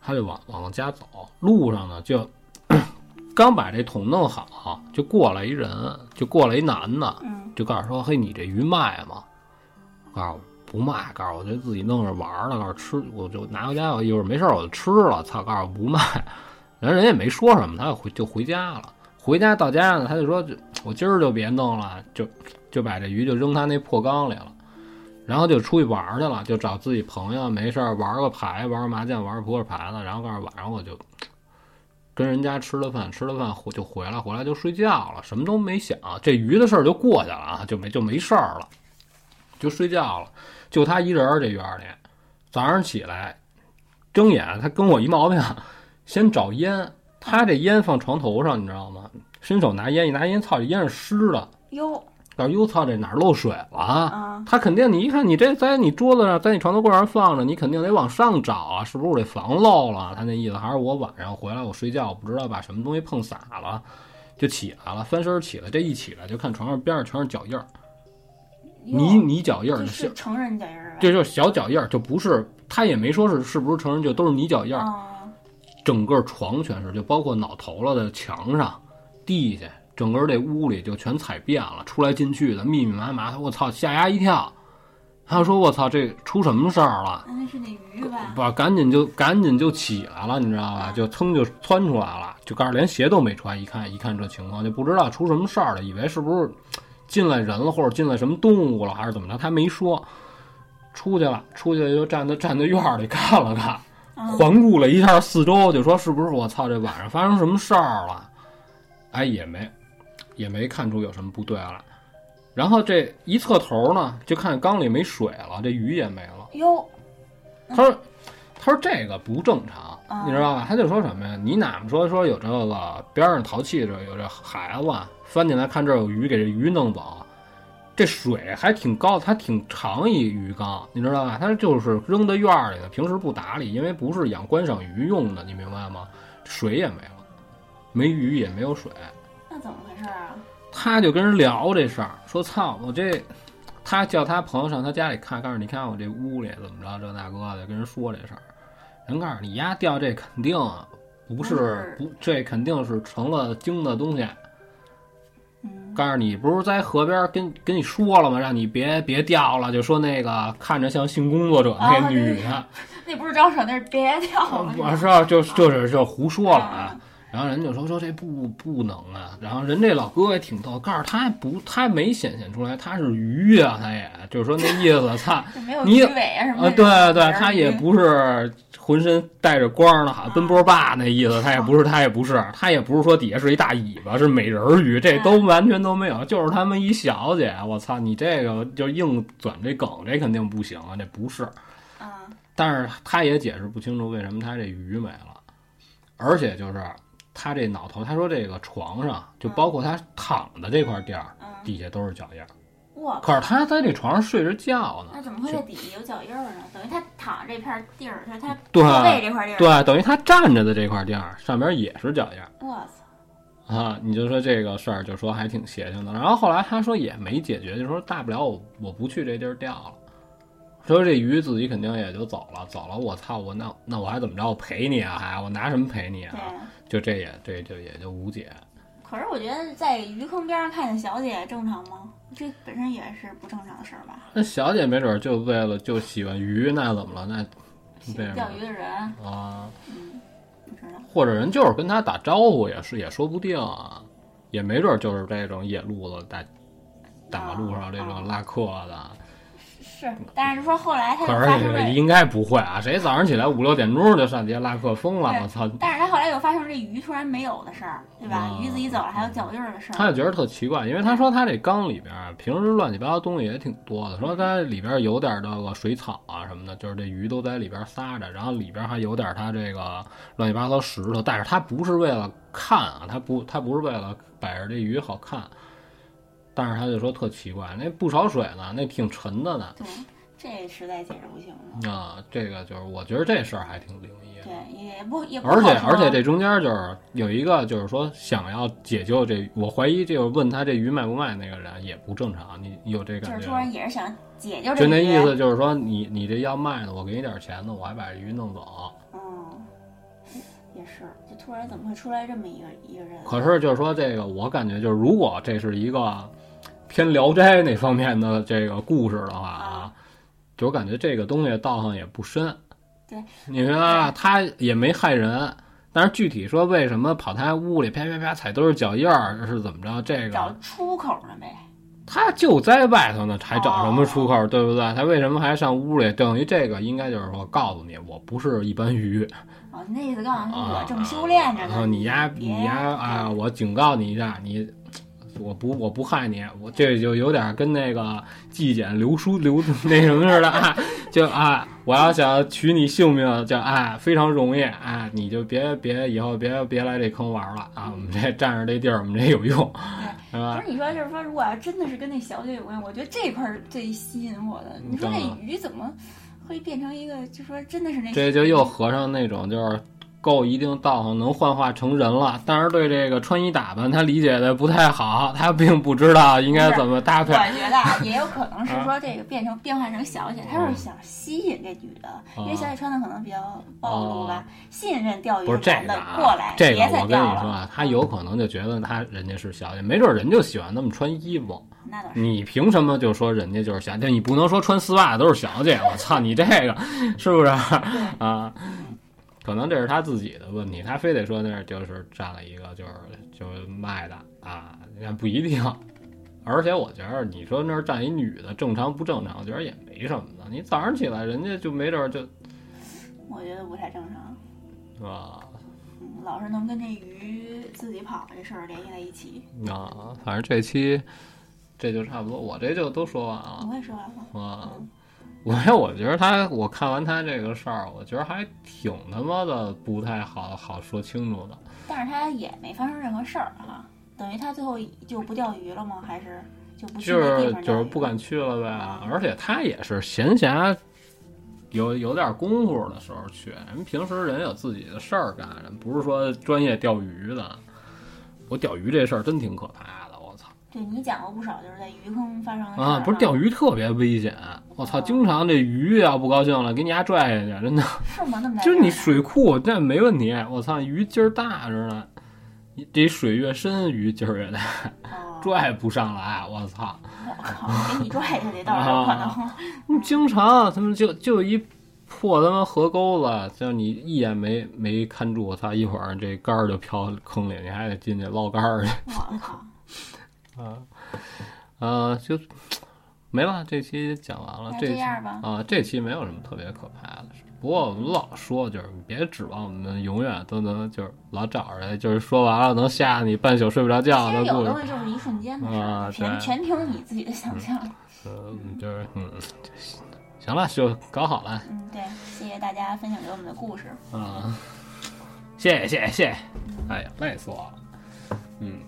Speaker 1: 他就往往家走。路上呢，就 刚把这桶弄好，就过来一人，就过来一男的，
Speaker 2: 嗯，
Speaker 1: 就告诉说：“嘿，你这鱼卖吗？”告诉我不卖，告诉我就自己弄着玩儿了，告诉吃我就拿回家，我一会儿没事儿我就吃了。操，告诉我不卖，然后人也没说什么，他就回就回家了。回家到家呢，他就说：“就我今儿就别弄了，就就把这鱼就扔他那破缸里了。”然后就出去玩儿去了，就找自己朋友，没事儿玩个牌，玩个麻将，玩个扑克牌呢。然后告诉晚上我就跟人家吃了饭，吃了饭回就回来，回来就睡觉了，什么都没想，这鱼的事儿就过去了啊，就没就没事儿了，就睡觉了，就他一人儿这院里。早上起来，睁眼，他跟我一毛病，先找烟，他这烟放床头上，你知道吗？伸手拿烟，一拿烟，操，这烟是湿的，
Speaker 2: 哟
Speaker 1: 告诉哟操，这哪儿漏水了啊？
Speaker 2: 啊，
Speaker 1: 他肯定，你一看你这在你桌子上，在你床头柜上放着，你肯定得往上找啊，是不是我这房漏了？他那意思还是我晚上回来我睡觉，我不知道把什么东西碰洒了，就起来了，翻身起来，这一起来就看床上边上全是脚印儿，泥
Speaker 2: 哟
Speaker 1: 泥脚印儿，
Speaker 2: 这
Speaker 1: 小
Speaker 2: 是成人点儿吧？
Speaker 1: 这就是小脚印儿，就不是他也没说是是不是成人，就都是泥脚印儿，
Speaker 2: 哦，
Speaker 1: 整个床全是，就包括脑头了的墙上、地下，整个这屋里就全踩遍了，出来进去的密密麻麻。我操，吓丫一跳。他说：“我操，这出什么事儿了？
Speaker 2: 那是那鱼吧？
Speaker 1: 把赶紧就赶紧就起来了，你知道吧？就噌就窜出来了，就告诉连鞋都没穿，一看一看这情况就不知道出什么事儿了，以为是不是进来人了或者进来什么动物了还是怎么着，他没说。出去了，出去就站在站在院儿里看了看，
Speaker 2: 啊，
Speaker 1: 环顾了一下四周，就说是不是我操这晚上发生什么事儿了？哎，也没也没看出有什么不对来。然后这一侧头呢，就看缸里没水了，这鱼也没了。
Speaker 2: 哟，
Speaker 1: 他说：“他说这个不正常，
Speaker 2: 啊
Speaker 1: 你知道吧？”他就说什么呀？你哪么说说有这个边上淘气这有这孩子翻进来看这儿有鱼，给这鱼弄走，这水还挺高，它挺长一鱼缸，你知道吧？它就是扔在院儿里的，平时不打理，因为不是养观赏鱼用的，你明白吗？水也没了，没鱼也没有水，
Speaker 2: 那怎么回事儿啊？
Speaker 1: 他就跟人聊这事儿，说操，我这，他叫他朋友上他家里看，告诉你看我这屋里怎么着，这那个的，跟人说这事儿，人告诉你丫掉这肯定不是
Speaker 2: 嗯
Speaker 1: 不，这肯定是成了精的东西。
Speaker 2: 嗯，
Speaker 1: 告诉你不是在河边跟跟你说了吗？让你别别掉了，就说那个看着像性工作者那
Speaker 2: 啊
Speaker 1: 女
Speaker 2: 对
Speaker 1: 的。
Speaker 2: 那不是招手，那是别掉了。
Speaker 1: 我知道，就啊就是就胡说了啊
Speaker 2: 啊。
Speaker 1: 然后人就说说这不不能啊。然后人这老哥也挺逗，告诉他不，他没显现出来他是鱼啊， 他也就是说那意思，操
Speaker 2: 就没有
Speaker 1: 你
Speaker 2: 鱼尾啊什么
Speaker 1: 啊，
Speaker 2: 的。
Speaker 1: 对对，
Speaker 2: 哪儿
Speaker 1: 他也
Speaker 2: 鱼
Speaker 1: 不是浑身带着光呢，好
Speaker 2: 啊
Speaker 1: 像奔波霸那意思，他也不是，他也不是，他也不是说底下是一大尾巴，是美人鱼，这都完全都没有，就是他们一小姐，我操，你这个就硬转这梗，这肯定不行啊，这不是。
Speaker 2: 啊，
Speaker 1: 但是他也解释不清楚为什么他这鱼没了，而且就是他这脑头，他说这个床上就包括他躺的这块地儿，
Speaker 2: 嗯，
Speaker 1: 底下都是脚印儿，
Speaker 2: 我
Speaker 1: 可是他在这床上睡着觉呢
Speaker 2: 那，怎么会在底下有脚印儿呢？等于他躺这片地儿，就是他
Speaker 1: 对
Speaker 2: 后背这块地儿。
Speaker 1: 对，等于他站着的这块地儿上边也是脚印儿。
Speaker 2: 我操，
Speaker 1: 啊，你就说这个事儿，就说还挺邪性的。然后后来他说也没解决，就说大不了我我不去这地儿钓了，说这鱼自己肯定也就走了，走了我操我那那我还怎么着？我赔你啊还我拿什么赔你
Speaker 2: 对
Speaker 1: 啊？就这也这就也就无解。
Speaker 2: 可是我觉得在鱼坑边上看见小姐正常吗？这本身也是不正常的事儿吧？
Speaker 1: 那小姐没准儿就为了就喜欢鱼，那怎么了？那
Speaker 2: 喜
Speaker 1: 对
Speaker 2: 欢钓鱼的人，
Speaker 1: 啊，
Speaker 2: 你知道？
Speaker 1: 或者人就是跟他打招呼也是也说不定啊，也没准儿就是这种野路子大大马路上这种拉客的。
Speaker 2: 是，但是说后来他
Speaker 1: 嗯可
Speaker 2: 就发生
Speaker 1: 是
Speaker 2: 这，
Speaker 1: 应该不会啊，谁早上起来五六点钟就上街拉客疯了？
Speaker 2: 对
Speaker 1: 我操！
Speaker 2: 但是他后来又发生这鱼突然没有的事儿，对吧？
Speaker 1: 嗯
Speaker 2: 鱼自己走了，还有脚印儿的事
Speaker 1: 他
Speaker 2: 儿。
Speaker 1: 就觉得特奇怪，因为他说他这缸里边啊平时乱七八糟东西也挺多的，说他里边有点这个水草啊什么的，就是这鱼都在里边撒着，然后里边还有点他这个乱七八糟石头，但是他不是为了看啊，他不他不是为了摆着这鱼好看，但是他就说特奇怪，那不少水呢，那挺沉的呢
Speaker 2: 对，这实在解释不清了。
Speaker 1: 啊，这个就是我觉得这事儿还挺灵异的。
Speaker 2: 对，也不也不
Speaker 1: 而且
Speaker 2: 好说
Speaker 1: 而且这中间就是有一个就是说想要解救这，我怀疑就是问他这鱼卖不卖那个人也不正常，你有这
Speaker 2: 就
Speaker 1: 感
Speaker 2: 是
Speaker 1: 觉
Speaker 2: 突
Speaker 1: 吗？
Speaker 2: 然也是想解救这
Speaker 1: 就那
Speaker 2: 鱼
Speaker 1: 意思就是说你你这要卖呢，我给你点钱呢，我还把这鱼弄走。
Speaker 2: 嗯，也是，就突然怎么会出来这么一个一个人？
Speaker 1: 可是就是说这个，我感觉就是如果这是一个偏《聊斋》那方面的这个故事的话啊
Speaker 2: 啊，
Speaker 1: 就我感觉这个东西道行也不深。
Speaker 2: 对，
Speaker 1: 你说啊，他也没害人。但是具体说为什么跑他屋里啪啪啪踩都是脚印儿是怎么着？这个
Speaker 2: 找出口呢呗。
Speaker 1: 他就在外头呢，还找什么出口，
Speaker 2: 哦
Speaker 1: 对不对？他为什么还上屋里？等于这个应该就是说，告诉你，我不是一般鱼
Speaker 2: 哦，那意思告诉你，
Speaker 1: 啊
Speaker 2: 我，正修炼着
Speaker 1: 然
Speaker 2: 呢。
Speaker 1: 后你丫
Speaker 2: 别
Speaker 1: 你丫啊，我警告你一下，你我不我不害你，我这就有点跟那个纪检留书留那什么似的啊，就啊，我要想取你性命，就啊非常容易啊，你就别别以后别别来这坑玩了啊，我们这站着这地儿，我们这有用，是吧
Speaker 2: 不？是你说，就是说，如果要真的是跟那小姐有关，我觉得这块儿最吸引我的。你说
Speaker 1: 嗯
Speaker 2: 这鱼怎么会变成一个，就说真的是那
Speaker 1: 这就又合上那种就是够一定道行能幻化成人了，但是对这个穿衣打扮他理解的不太好，他并不知道应该怎么搭
Speaker 2: 我
Speaker 1: 配。
Speaker 2: 觉得啊，也有可能是说这个变成变换成小姐，她就是想吸引这女的，因为小姐穿的可能比较暴露吧，吸引这钓鱼
Speaker 1: 啊不是这
Speaker 2: 男
Speaker 1: 个
Speaker 2: 的
Speaker 1: 啊，
Speaker 2: 过来，
Speaker 1: 这个
Speaker 2: 别
Speaker 1: 我跟你说
Speaker 2: 再钓了。
Speaker 1: 啊，他有可能就觉得他人家是小姐，没准人就喜欢那么穿衣服，
Speaker 2: 嗯那啊倒是，
Speaker 1: 你凭什么就说人家就是小姐？你不能说穿丝袜的都是小姐，我操，你这个是不是啊？可能这是他自己的问题，他非得说那儿就是占了一个就是就是卖的啊，那不一定。而且我觉得你说那儿站一女的正常不正常，我觉得也没什么的。你早上起来人家就没准儿就
Speaker 2: 我觉得不太正常。
Speaker 1: 啊
Speaker 2: 嗯，老是能跟这鱼自己跑这事儿联系在一起，
Speaker 1: 啊，反正这期这就差不多，我这就都说完了
Speaker 2: 不。会说完嗯吗？
Speaker 1: 啊，我我觉得他，我看完他这个事儿，我觉得还挺他妈的不太好好说清楚的。
Speaker 2: 但是他也没发生任何事儿哈，等于他最后就不钓鱼了吗？还是就不去
Speaker 1: 就
Speaker 2: 那地
Speaker 1: 是
Speaker 2: 方
Speaker 1: 就
Speaker 2: 钓
Speaker 1: 是
Speaker 2: 鱼
Speaker 1: 不敢去了呗
Speaker 2: 嗯，
Speaker 1: 而且他也是闲暇有有点功夫的时候去，人平时人有自己的事儿干，人不是说专业钓鱼的。我钓鱼这事儿真挺可怕的，我操！
Speaker 2: 对你讲过不少，就是在鱼坑发生的事
Speaker 1: 啊，
Speaker 2: 儿
Speaker 1: 不是
Speaker 2: 哈
Speaker 1: 钓鱼特别危险，我操！经常这鱼要不高兴了，给你丫拽下去，真的。
Speaker 2: 是吗？那么大
Speaker 1: 就是你
Speaker 2: 事儿
Speaker 1: 水库那没问题，我操，鱼劲儿大着呢，你这水越深，鱼劲儿越大，
Speaker 2: 哦
Speaker 1: 拽不上来，我操！
Speaker 2: 我靠，给你拽下去倒是
Speaker 1: 啊
Speaker 2: 有可能。
Speaker 1: 你经常他们就就一破他妈河沟子，就你一眼没没看住，我操，一会儿这杆儿就飘坑里，你还得进去捞杆儿去
Speaker 2: 我靠，
Speaker 1: 啊，呃，就没了，这期讲完了
Speaker 2: 那，
Speaker 1: 这
Speaker 2: 这
Speaker 1: 期
Speaker 2: 样吧，
Speaker 1: 啊，这期没有什么特别可怕的事儿，不过我们老说，就是你别指望我们永远都能就是老找着人，就是说完了能吓你半宿睡不着觉
Speaker 2: 其
Speaker 1: 的
Speaker 2: 实有
Speaker 1: 故事
Speaker 2: 东。西就是一瞬间的事儿，
Speaker 1: 啊对
Speaker 2: 全全凭你自己的想象。
Speaker 1: 嗯，就是嗯，行了，就搞好了
Speaker 2: 嗯，对，谢谢大家分享给我们的故事。
Speaker 1: 啊！谢谢谢谢谢谢，哎呀，累死我了。嗯，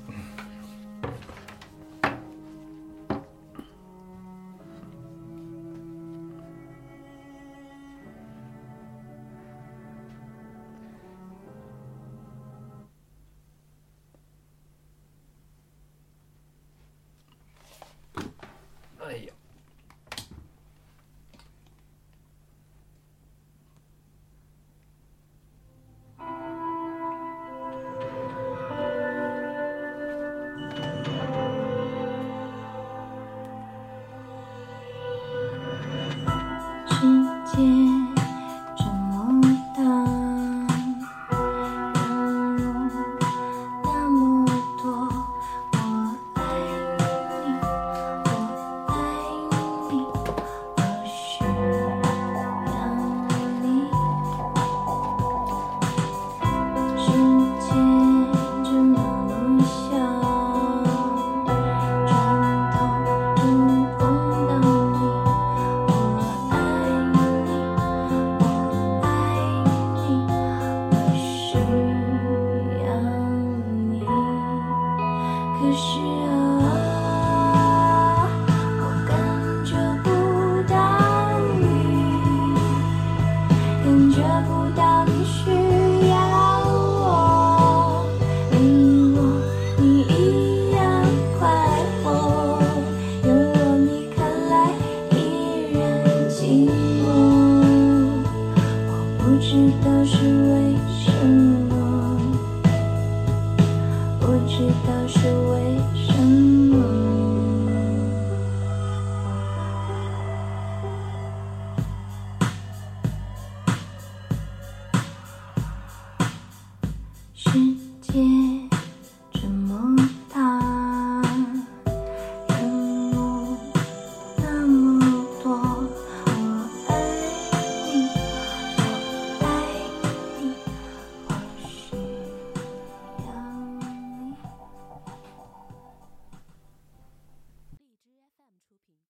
Speaker 1: 哎呀。
Speaker 3: 世界这么大，人物那么多，我爱你，我爱你，我需要你。世界这么小，转头就能碰到你。我爱你，我爱你，我需要你。可是啊，我感觉不到你，感觉不到你需要我。你我你一样快活，有我你看来。依然寂寞，我不知道是为什么，不知道是为。